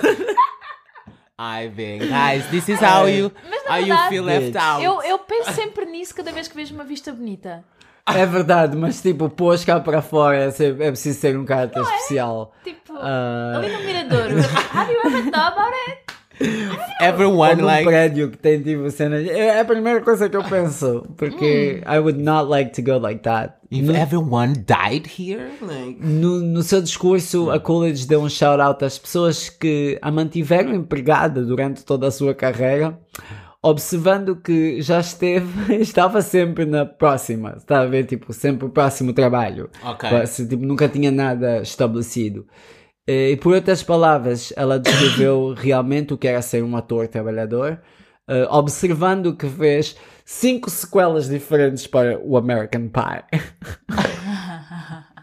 A: Ai, bem, guys, this is how you,
C: Mas na
A: how you
C: verdade,
A: feel left out.
C: Eu, eu penso sempre nisso cada vez que vejo uma vista bonita.
B: É verdade, mas tipo, pôs cá para fora é, sempre- é preciso ser um caráter especial.
C: Tipo,
B: Ah.
C: ali no miradouro. Have you ever thought about it?
B: Ou
A: Everyone,
B: num
A: like.
B: um prédio que tem tipo cenas. É a primeira coisa que eu penso. Porque I would not like to go like that.
A: If everyone died here, like.
B: No, no seu discurso, a Coolidge deu um shout-out às pessoas que a mantiveram empregada durante toda a sua carreira, observando que já esteve, [LAUGHS] estava sempre na próxima, está a ver, tipo, sempre o próximo trabalho.
A: Ok.
B: Quase, tipo, nunca tinha nada estabelecido. Eh, E por outras palavras, ela descreveu realmente o que era ser um ator trabalhador, eh, observando que fez cinco sequelas diferentes para o American Pie. [LAUGHS]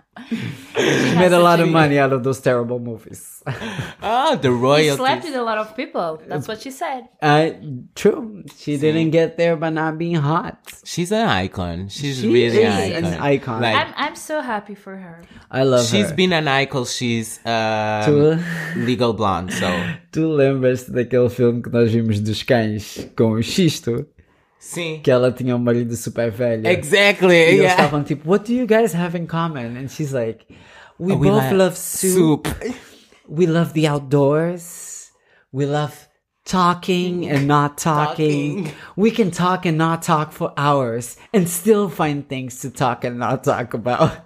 B: Made a lot of money out of those terrible movies. [LAUGHS]
A: Ah, the
C: He
A: royalties.
C: slept with a lot of people. That's what she said.
B: Uh, true. She didn't get there by not being hot.
A: She's an icon. She's
B: She
A: really an
B: is
A: icon.
B: an icon.
A: Like,
C: I'm, I'm so happy for her.
B: I love
A: she's
B: her.
A: been an icon. She's uh,
B: Tu,
A: legal blonde.
B: [LAUGHS]
A: So
B: tu lembras-te daquele filme que nós vimos dos cães com o Xisto?
A: sim,
B: Que ela tinha um marido super velho.
A: exactly.
B: E eles
A: yeah.
B: [LAUGHS] estavam tipo, what do you guys have in common? And she's like, we,
A: We
B: both
A: like
B: love [LAUGHS] soup. We love the outdoors. We love talking and not talking.
A: Talking.
B: We can talk and not talk for hours and still find things to talk and not talk about.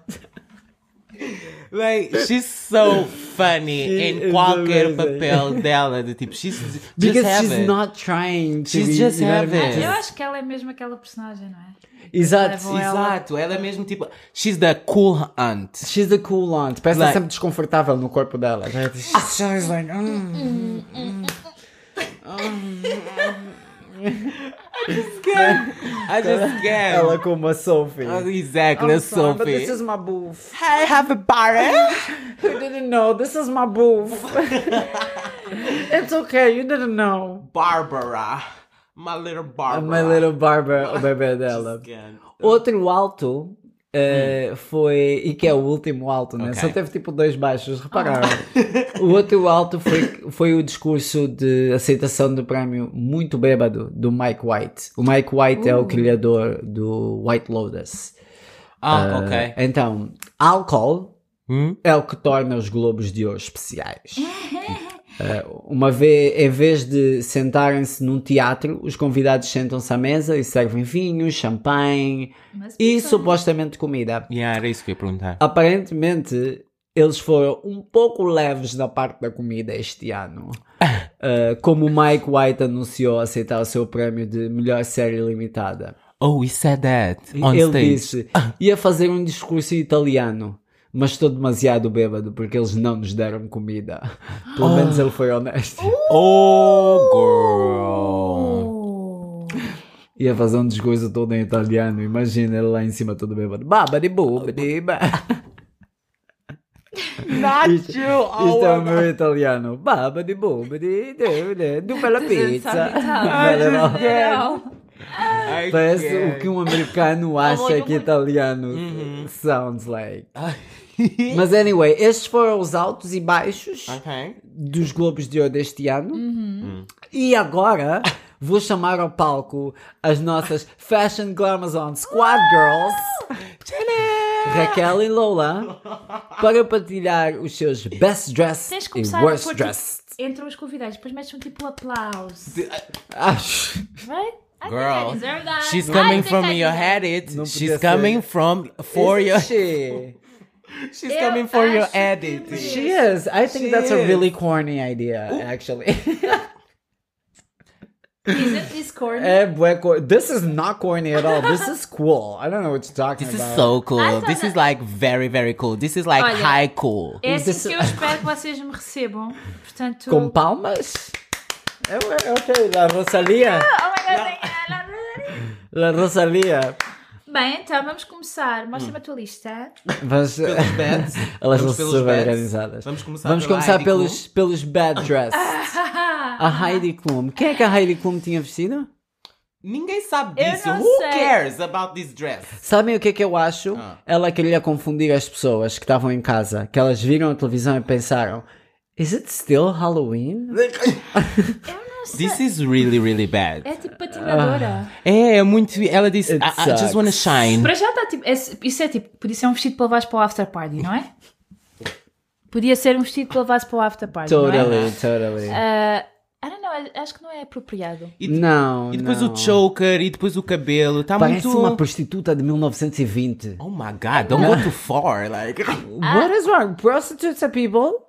A: Like she's so funny in
B: is
A: qualquer
B: amazing. [LAUGHS]
A: papel dela. De tipo, she's just
B: Because
A: have
B: she's
A: it.
B: not trying to
A: She's
B: be,
A: just
B: you know what I
A: having
B: mean?
A: it.
C: Eu acho que ela é mesmo aquela personagem, não é?
B: Exato.
C: Level up.
A: Exato, ela é mesmo tipo. She's the cool aunt.
B: She's the cool aunt. Parece
A: Like-
B: sempre desconfortável no corpo dela. [LAUGHS] She's always like, "Mm."
A: I just
B: Ela
A: can't. Oh,
B: com uma Sophie.
A: Exactly,
B: I'm sorry, But
A: Sophie.
B: this is my boof.
A: I have a eh? barrel.
B: [LAUGHS] You didn't know. This is my boof.
A: [LAUGHS]
B: it's okay. You didn't know.
A: Barbara. My little Barbara.
B: My little Barbara, o bebê dela. Outro alto eh, foi. E que é o último alto, né?
A: Ok.
B: Só teve tipo dois baixos, repararam. o outro alto foi, foi o discurso de aceitação do prémio muito bêbado do Mike White. O Mike White é o criador do White Lotus.
A: Ah, Hmm?
B: Eh,
A: ok.
B: Então, álcool
A: Hum?
B: é o que torna os Globos de Ouro especiais. Eh, Uma vez, em vez de sentarem-se num teatro, os convidados sentam-se à mesa e servem vinho, champanhe
C: Mas é
B: e supostamente comida.
A: Yeah, era isso que eu ia perguntar.
B: Aparentemente, eles foram um pouco leves na parte da comida este ano. Uh, como o Mike White anunciou aceitar o seu prémio de melhor série limitada.
A: Oh, we said that on
B: Ele
A: stage. [LAUGHS]
B: disse, ia fazer um discurso em italiano, mas estou demasiado bêbado porque eles não nos deram comida. [LAUGHS] Pelo menos ele foi honesto.
A: Ah. Oh, girl.
C: Oh.
B: Ia fazer um discurso todo em italiano, imagina ele lá em cima todo bêbado. Babadibuba.
A: [LAUGHS] Not you.
B: [LAUGHS] Isto é o meu italiano. Babadibuba-di, do bela pizza. [LAUGHS]
A: [LAUGHS]
B: Bela- Parece o que um americano acha
C: olho
B: que
C: muito-
B: italiano
A: Uhum.
B: sounds like. Mas anyway, estes foram os altos e baixos
A: Ok.
B: dos Globos de Ouro deste ano.
C: Uhum.
A: Hum.
B: E agora vou chamar ao palco as nossas Fashion Glamazon Squad Girls, Raquel e Lola, para partilhar os seus Best
C: Tens
B: Dressed
C: que
B: e
C: começar a
B: Worst
C: pôr, tipo,
B: Dressed.
C: Entre os convidados, depois metes um tipo aplauso.
B: Acho.
C: Vai? I
A: Girl,
C: think I deserve that.
A: She's
C: I
A: coming
C: think
A: from
C: I
A: your
C: deserve-
A: head it.
B: Não
A: She's
B: podia
A: coming from for your
B: She.
A: [LAUGHS] She's
C: Eu
A: coming for your
C: acho que
A: edit.
C: merece.
B: She is. I think
A: She
B: that's a
A: is.
B: really corny idea, actually. [LAUGHS]
C: Is it this
A: [LAUGHS]
C: corner?
A: É.
B: Eh, bué cor- this is not corny at all. This is cool. I don't know what you're talking
A: This
B: about.
A: is so cool.
C: thought
A: This is
C: that- Oh,
A: like very very cool. This is like
C: Olha.
A: high cool.
C: É assim
B: This-
C: que eu espero que vocês me recebam. Portanto.
B: Com palmas? É, ué, ok, La Rosalia.
C: Oh my God, thank you. I love it.
B: La Rosalia.
C: Bem, então vamos coamos Mostra-me a tua lista.
B: Mas,
A: Pelos beds.
B: elas
A: [LAUGHS] Vamos
B: são
A: pelos
B: super
A: beds.
B: organizadas.
A: Vamos
B: [LAUGHS]
A: começar
B: Vamos
A: pela
B: começar
A: Heidi
B: pelos, pelos bad
A: [LAUGHS]
B: dress. a Heidi Klum. Quem é que a Heidi Klum tinha vestido?
A: Ninguém sabe
C: Eu
A: disso.
C: não
A: Who
C: sei.
A: cares about this dress?
B: Sabem o que é que eu acho?
A: Ah.
B: Ela queria confundir as pessoas que estavam em casa, que elas viram a televisão e pensaram: Is it still Halloween?
C: Eu não sei.
A: This is really really bad.
C: É tipo patinadora.
A: É, é muito. Ela disse, I,
B: It
A: I just wanna
B: sucks.
A: shine.
C: Para já está tipo. é- isso é tipo. Podia ser um vestido para levares para o after party, não é? Podia ser um vestido para levares para o after party. Não é?
B: Totally, totally.
C: Ah, I don't know, acho que não é apropriado.
A: E, de-
B: não.
A: e depois
B: não.
A: o choker e depois o cabelo. Tá
B: Parece
A: muito.
B: uma prostituta de 1920.
A: Oh my god, don't go too
B: [LAUGHS]
A: far. Like.
B: What is wrong? Prostitutes are people?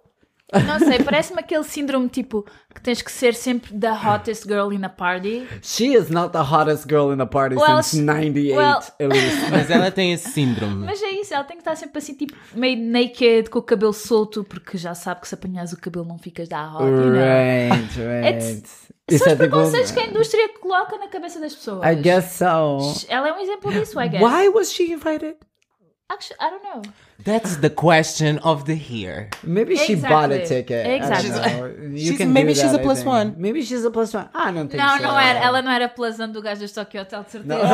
C: Não sei, parece-me aquele síndrome tipo que tens que ser sempre the hottest girl in a party.
B: She is not the hottest girl in the party
C: Well,
B: since
C: she-
B: 98,
C: well-
B: Elise.
A: Mas ela tem esse síndrome.
C: Mas é isso, ela tem que estar sempre assim, tipo, meio naked, com o cabelo solto, porque já sabe que se apanhares o cabelo não ficas da hot, you know?
B: right, right.
C: It's-
B: Isso
C: São
B: é
C: os
A: um
B: tipo-
C: preconceitos que a indústria coloca na cabeça das pessoas.
B: I guess so.
C: Ela é um exemplo disso, I guess.
B: Why was she invited?
C: Actually, I don't know.
A: That's the question of the year.
B: Maybe she bought a
C: Exactly.
B: ticket. I don't
C: Exactly.
B: know. You
A: She's-
B: can do
A: maybe she's
B: that,
A: a
B: I
A: plus
B: think.
A: one.
B: Maybe she's a plus one. I don't think
C: Não,
B: so.
C: não era. Ela não era plazando do gajo do Tokyo Hotel, de certeza.
B: [LAUGHS]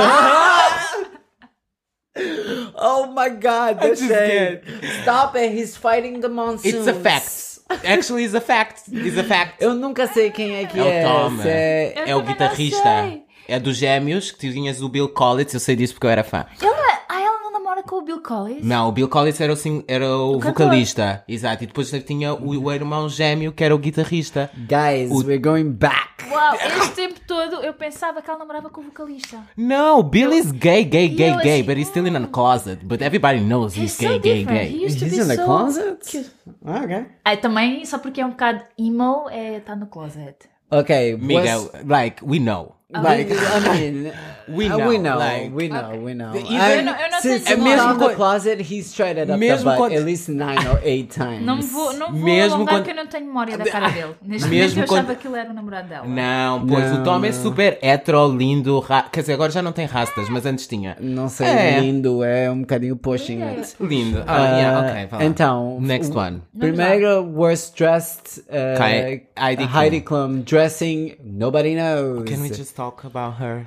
B: Oh my god, that's
A: just
B: it. Stop it, he's fighting the monsoon.
A: It's a fact. Actually, it's a fact. It's a fact.
B: Eu nunca sei quem é que
A: É o
B: é.
A: Tom.
B: se é-
C: Eu
A: É o
C: também não
A: guitarrista.
C: sei.
A: É dos gêmeos que tinhas o Bill Collins. Eu sei disso porque eu era fã.
C: Ela, ah, ela não namora com o Bill Collins?
A: Não, o Bill Collins era o, sing- era o
C: cantor.
A: vocalista. Exato. E depois tinha o, o irmão gêmeo que era o guitarrista.
B: Guys, we're going back.
C: Uau, este tempo todo eu pensava que ela namorava com o vocalista.
A: No, Bill is gay, gay, gay,
C: Eu
A: gay,
C: achei-
A: but he's still in a closet. But everybody knows
C: He's
A: he's
C: so
A: gay, gay,
C: different. He
A: gay.
C: used to
B: He's
C: be
B: in the
C: so
B: closet?
C: cute.
B: Okay.
C: Ah, também, só porque é um bocado emo, é, tá no closet.
B: Okay,
A: Miguel,
B: Miguel.
A: like, we know.
B: Like, [LAUGHS] I mean,
A: We
B: uh,
A: know,
B: we know,
A: like-
B: we know, we know.
A: The-
B: I-
A: Eu
C: não- eu não sei
B: since he's
C: dizer
A: nada.
B: out of
A: Mesmo
B: the closet, he's tried it up the
A: Mesmo
B: butt
A: quando-
B: at least nine or eight times.
C: Não me vou, não vou
A: Mesmo
C: alongar
A: quando-
C: que eu não tenho
A: [LAUGHS]
C: memória da cara dele. Neste
A: Mesmo
C: momento eu
A: quando-
C: achava que ele era o namorado dela.
A: Não, pois
B: Não,
A: o Tom é
B: não.
A: super hetero, lindo, ra... quer dizer, agora já não tem rastas, mas antes tinha.
B: Não sei,
A: É.
B: lindo, é um bocadinho pushing it.
A: Lindo. Ah,
B: Uh,
A: yeah, ok, vá lá.
B: Então,
A: Next
B: o-
A: one.
B: Primeiro, worst dressed uh,
A: Kai- Heidi Klum.
B: Heidi Klum dressing, nobody knows.
A: Can we just talk about her?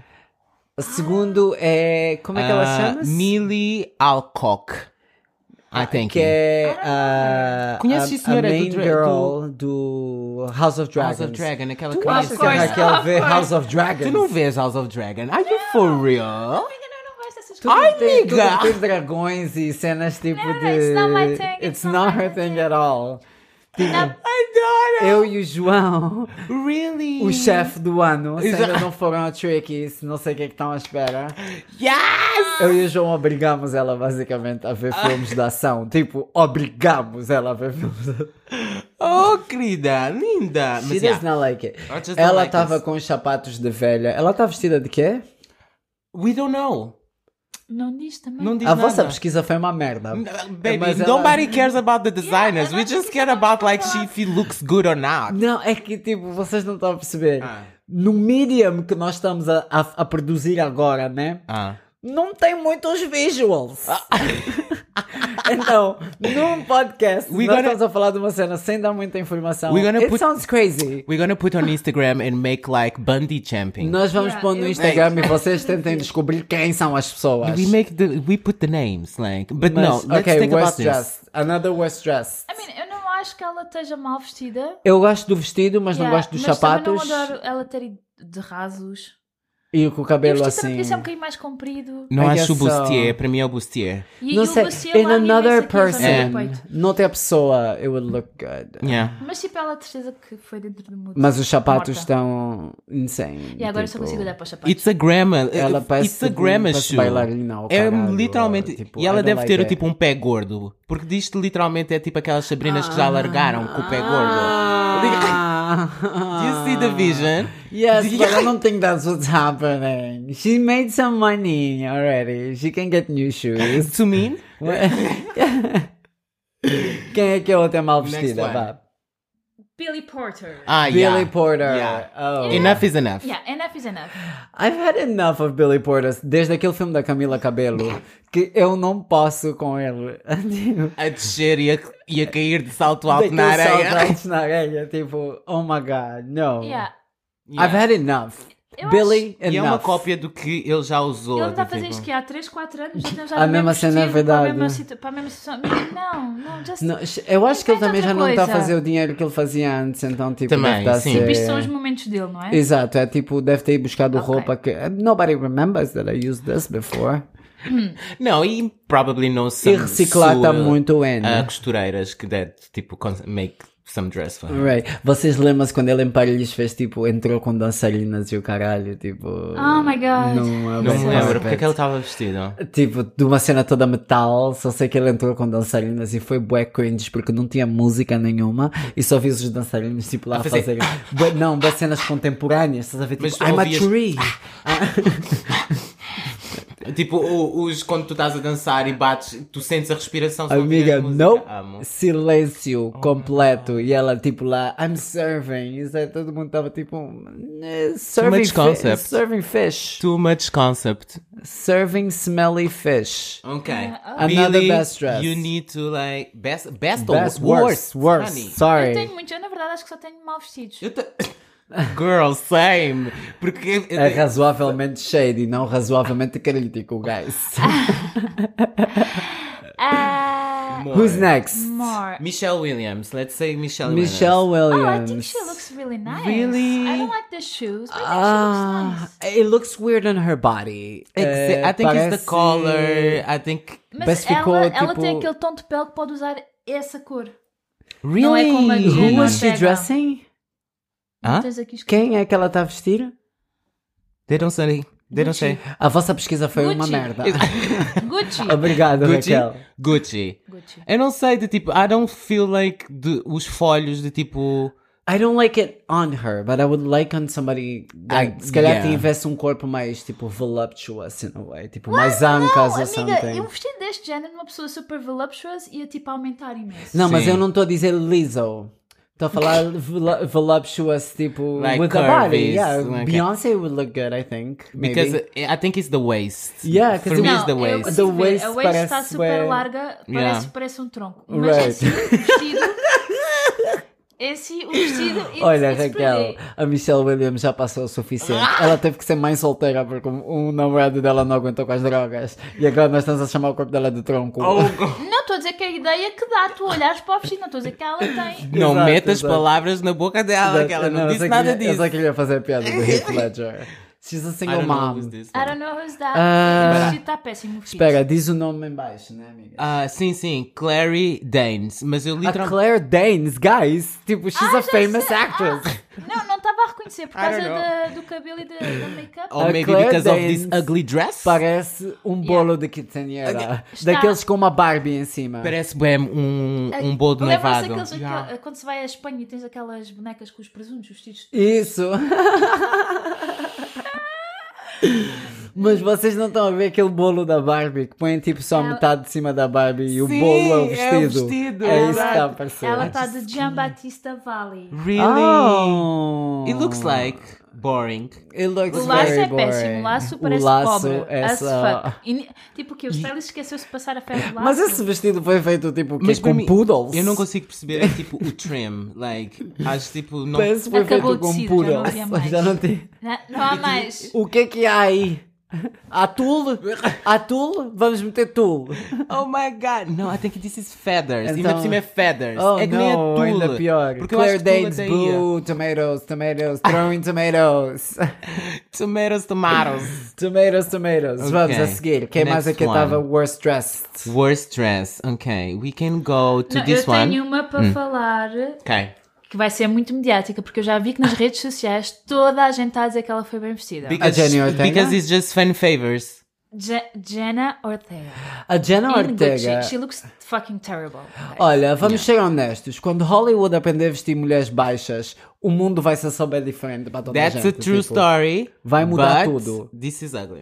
B: O segundo é. Como é que ela
A: Ah,
B: chama-se?
A: Millie Alcock. I think.
B: que é a,
A: Conhece
B: a-
A: a senhora
B: a
A: do
B: main
A: dra-
B: girl do... House of Dragons.
A: House of Dragon, aquela
B: Tu
A: que
B: achas
A: diz-
B: que a
C: course,
B: Raquel
C: of
B: vê
C: course.
B: House of Dragons?
A: Tu não vês House of Dragon? Are you for real?
C: Amiga, não, Oh eu não gosto dessas
B: Tudo
C: coisas.
A: Ai,
B: tem, tudo
A: amiga!
B: tem dragões e cenas tipo
C: Não,
B: de...
C: it's not my thing,
B: It's
C: it's not
B: not
C: my
B: her thing at all.
C: Não,
A: I senhora!
B: Tipo, Eu e o João,
A: Really?
B: o chefe do ano, se
A: Exa-
B: ainda não foram ao Trickies, não sei o que é que estão à espera.
A: Yes!
B: Eu e o João obrigamos ela basicamente a
A: Ah.
B: ver filmes de ação. Tipo, obrigamos ela a ver filmes de ação.
A: Oh, querida, linda!
B: She
A: Mas,
B: does
A: yeah,
B: not like it.
A: I just don't
B: Ela
A: like
B: estava
A: this.
B: com os sapatos de velha. Ela está vestida de quê?
A: We don't know.
C: Não diz também.
A: Não diz
B: a
A: nada. uh,
B: vossa pesquisa foi uma merda.
A: Baby,
B: Mas ela-
A: nobody cares about the designers.
C: Yeah,
A: We
C: ela
A: just
C: diz
A: care
C: que
A: about
C: tá
A: like
C: lá.
A: she, if he looks good or not.
B: Não, é que tipo, vocês não estão a perceber.
A: Ah.
B: No medium que nós estamos a, a, a produzir agora, né?
A: Ah.
B: Não tem muitos visuals. [LAUGHS] então, num podcast,
A: We
B: nós
A: gonna-
B: estamos a falar de uma cena sem dar muita informação.
A: We gonna
B: It
A: put-
B: sounds crazy.
A: We're gonna put on Instagram and make like Bundy champing.
B: Nós vamos
C: Yeah,
B: pôr no
C: eu-
B: Instagram e vocês tentem descobrir quem são as pessoas.
A: We make the we put the names like, but
B: Mas,
A: no, let's
B: ok, worst
A: think about this.
B: dressed. Another worst dressed.
C: I mean, eu não acho que ela esteja mal vestida.
B: Eu gosto do vestido, mas não
C: Yeah,
B: gosto dos
C: mas também
B: sapatos.
C: Não adoro ela ter ido de rasos.
B: E o com o
C: E o
B: cabelo
C: vestido
B: assim.
C: também podia ser um bocadinho mais comprido.
A: Não
B: I
A: acho
B: guess um,
A: o
B: so.
A: bustier, para mim é o bustier.
C: E,
B: não
C: e
B: sei,
C: o Lucia
B: in
C: lá nem
B: another
C: vê-se aqui, só vê o
B: person,
C: peito.
B: noutra pessoa, it would look good.
A: Yeah.
C: Mas tipo, ela de certeza que foi dentro do mundo.
B: Mas os sapatos
C: Morta.
B: estão insane.
C: E agora eu só
B: tipo,
C: consigo olhar para os sapatos.
A: It's a grammar.
B: Ela parece
A: It's a
B: tipo,
A: grammar
B: parece
A: shoe.
B: bailarina ou
A: É
B: caralho,
A: literalmente.
B: ou, tipo,
A: e
B: I
A: ela
B: don't
A: deve ter
B: like it.
A: tipo um pé gordo. Porque disto literalmente é tipo aquelas Sabrinas que já largaram com o pé é gordo. Do [LAUGHS] you
B: Ah.
A: see the vision?
B: Yes, but I don't think that's what's happening. She made some money already. She can get new
A: [LAUGHS]
B: shoes.
A: To me?
B: Quem é que é outra mal vestida?
A: one.
B: vá?
C: Billy Porter.
A: Ah,
B: Billy
A: yeah.
B: Porter.
A: Yeah.
B: Oh.
A: Enough is enough.
C: Yeah, enough is enough.
B: I've had enough of Billy Porter desde aquele filme da Camila Cabello que eu não posso com ele. [LAUGHS] Tipo,
A: A descer e a, e a cair de salto alto na
B: daquele
A: areia.
B: salto alto na areia, Tipo, oh my god, no.
C: Yeah.
B: I've had enough.
C: Eu
B: Billy,
A: [LAUGHS] E
B: enough.
A: é uma cópia do que ele já usou.
C: Ele está a
A: do
C: fazer
A: tipo-
C: isto que há 3, 4 anos. Então já
B: oh, A mesma cena é verdade.
C: Para a mesma, situ- para a mesma situação. Não, não, just...
B: Não, eu acho que ele
C: Inventa
B: também já
C: outra
B: não está a
C: coisa.
B: fazer o dinheiro que ele fazia antes, então tipo,
A: Também,
B: deve estar a
A: sim.
B: ser-
C: Isto são os momentos dele, não é?
B: Exato, é tipo, deve ter buscado
C: Ok.
B: roupa que. Nobody remembers that I used this before.
A: Não, e probably não
B: E
A: some
B: reciclar está
A: sua-
B: muito né? N.
A: a costureiras que deve, tipo, cons- make some dress for her.
B: Right. Vocês lembram-se quando ele em Paris fez tipo, entrou com dançarinas e o caralho, tipo.
C: Oh my god.
B: Não,
A: Não me lembro porque é que ele estava vestido.
B: Tipo, de uma cena toda metal, só sei que ele entrou com dançarinas e foi bué cringe porque não tinha música nenhuma e só vi os dançarinos tipo lá a
A: fazer-
B: fazer. bué- não, bué cenas contemporâneas, estás a ver?
A: Mas
B: Tipo,
A: tu
B: I'm
A: ouvias- Ah,
B: a tree.
A: Tipo, o- os, quando tu estás a dançar e bates, tu sentes a respiração. só
B: Ah, Amiga,
A: ouvias é música. Ah,
B: não.
A: Amo.
B: Silêncio completo. E ela, tipo, lá, I'm serving. Isso aí, todo mundo tava, tipo, eh, serving,
A: much
B: fi
A: concept.
B: serving fish.
A: Too much concept.
B: Serving smelly fish.
A: Ok.
C: oh.
B: Another best dress.
A: You need to like. Best, best,
B: Best, worse,
A: or worst.
B: worse.
A: honey.
C: Eu
B: Sorry.
C: tenho muito, eu na verdade acho que só tenho mal vestidos.
A: Eu te- [LAUGHS] Girl, same. Porque.
B: É razoavelmente shady, não razoavelmente crítico, guys.
C: Ah,
A: More.
B: Who's next?
C: more.
A: Michelle Williams. Let's say Michelle Williams.
B: Michelle
C: Oh, I think
B: Williams.
C: she looks really nice.
A: Really?
C: I don't like the shoes, but I think she
B: Ah,
C: looks nice.
B: it looks weird on her body.
A: Exa-
B: Eh,
A: I think it's
B: parece-
A: the color. I think.
C: Mas
B: Mas
C: ela,
B: ficou,
C: ela
B: tipo-
C: tem aquele tom de pele que pode usar essa cor.
A: Really?
C: é como a
B: Who
C: Jenna.
B: was she
C: Pega.
B: dressing?
A: Hã?
C: Tens aqui escrito.
B: Quem é que ela está a vestir?
A: They don't say. They don't say.
B: A vossa pesquisa foi uma
C: Gucci.
B: merda.
C: Gucci.
B: [LAUGHS] Obrigado,
A: Gucci.
B: Raquel.
A: Gucci.
C: Gucci.
A: Eu não sei, de tipo, I don't feel like de, os folhos de tipo.
B: I don't like it on her, but I would like on somebody that,
A: I-
B: se calhar
A: yeah.
B: tivesse um corpo mais tipo voluptuous in a way, tipo mais ancas
C: não,
B: ou
C: amiga,
B: something.
C: eu um vestido deste género numa pessoa super voluptuous ia tipo aumentar imenso.
B: Não, mas
A: Sim.
B: eu não estou a dizer liso. Estou a falar volu- voluptuous tipo
A: Like
B: with a
A: curves,
B: body. Yeah,
A: like-
B: Beyoncé would look good, I think. Maybe.
A: Because I think it's the waist.
B: Yeah, 'cause
A: for
B: it
A: me
B: was-
A: it's the
C: eu
A: waist.
C: consigo
B: The
C: ver.
B: waist
C: a waist está
B: parece
C: super
B: bem-
C: larga, parece,
A: Yeah.
C: parece um tronco. Mas
B: Right.
C: esse vestido, esse o
B: [LAUGHS]
C: vestido, it's,
B: Olha,
C: it's
B: Raquel,
C: pretty. Ah!
B: a Michelle Williams já passou o suficiente. Ela teve que ser mãe solteira porque o namorado dela não aguentou com as drogas. E agora nós estamos a chamar o corpo dela de tronco.
A: Oh,
C: Não estou a dizer que é a ideia que dá tu olhares para o vestido, não estou a dizer que ela tem.
A: Não
B: Exato,
A: metas
B: exato.
A: palavras na boca dela, que ela não,
B: eu é
A: disse
B: só
A: nada
B: queria- Eu
A: disso.
B: só queria fazer a piada do Heath Ledger. She's a
A: I
B: single
A: don't know
B: mom.
A: who's this.
C: I don't know who's that.
B: Ah.
C: Esse vestido está péssimo. filho.
B: Espera, diz o nome em baixo, né, amiga?
A: Ah, sim, sim, Clary Danes. Mas eu
B: A
A: literalmente.
B: Claire Danes, guys. Tipo, she's a
C: Ah, já
B: famous
C: sei.
B: actress.
C: Não, não estava a reconhecer por
A: I don't
C: causa
A: know.
C: da- do cabelo e da, da make-up.
A: Or
B: A
A: maybe
B: Claire
A: because of this
B: Danes.
A: ugly dress.
B: Parece um bolo de quinceanheira.
C: Está.
B: Daqueles com uma Barbie em cima.
A: Parece bem um, um bolo de
C: Lembram-se
A: nevado.
C: Ah, daqueles-
A: Yeah.
C: aquele- quando se vai à Espanha e tens aquelas bonecas com os presuntos, os vestidos.
B: Isso. Mas vocês não estão a ver aquele bolo da Barbie que põem tipo só a
C: Ela-
B: metade de cima da Barbie e o
A: Sim,
B: bolo é o
A: é o
B: vestido.
A: vestido,
B: É isso que
A: exato.
B: está a aparecer.
C: Ela está de Giambattista Valley.
A: Really?
B: Oh.
A: It looks like boring.
B: It looks
C: O laço
B: very
C: é péssimo,
B: boring.
C: o laço parece pobre.
B: é
C: as
B: só-
C: fuck. E ni- tipo que o stylist esqueceu-se de passar a ferro do laço.
B: Mas esse vestido foi feito tipo o quê?
A: Mas para
B: com
A: mim,
B: poodles?
A: Eu não consigo perceber, é tipo o trim. Like, acho tipo. Não...
B: Parece que foi
C: Acabou
B: feito
C: o
B: com
C: tecido, já não
B: poodles. [LAUGHS]
C: havia mais.
B: Já não tem.
C: Não, não
B: [LAUGHS]
C: há mais.
B: O que é que há aí? Há tule? Há tule? Vamos meter tule.
A: Oh my god! No, I think this is feathers. E ainda
B: Então-
A: por cima é feathers.
B: Oh,
A: é que nem é
B: não,
A: tule.
B: ainda pior.
A: Porque eu
B: Claire
A: acho que
B: Danes,
A: tule até ia.
B: boo, tomatoes, tomatoes, throwing tomatoes.
A: Tomatoes, [LAUGHS] tomatoes.
B: tomatoes, tomatoes. Vamos a seguir. Quem
A: Next
B: mais é que
A: one.
B: estava worst dressed?
A: Worst dress. Okay, we can go to
C: Não, eu
A: this one.
C: tenho uma
B: Hum.
C: para falar
A: Okay.
C: que vai ser muito mediática, porque eu já vi que nas redes sociais toda a gente está a dizer que ela foi bem vestida.
A: Because,
B: Jenny Ortega?
A: because it's just fan favors.
C: Je- Jenna Ortega.
B: A Jenna
C: In Gucci.
B: Ortega.
C: She looks fucking terrible.
B: Olha, vamos ser honestos. Quando Hollywood aprender a vestir mulheres baixas, o mundo vai ser só bem diferente para toda
A: That's
B: a
A: a
B: gente.
A: true
B: tipo.
A: story.
B: vai mudar
A: but
B: tudo.
A: This is ugly.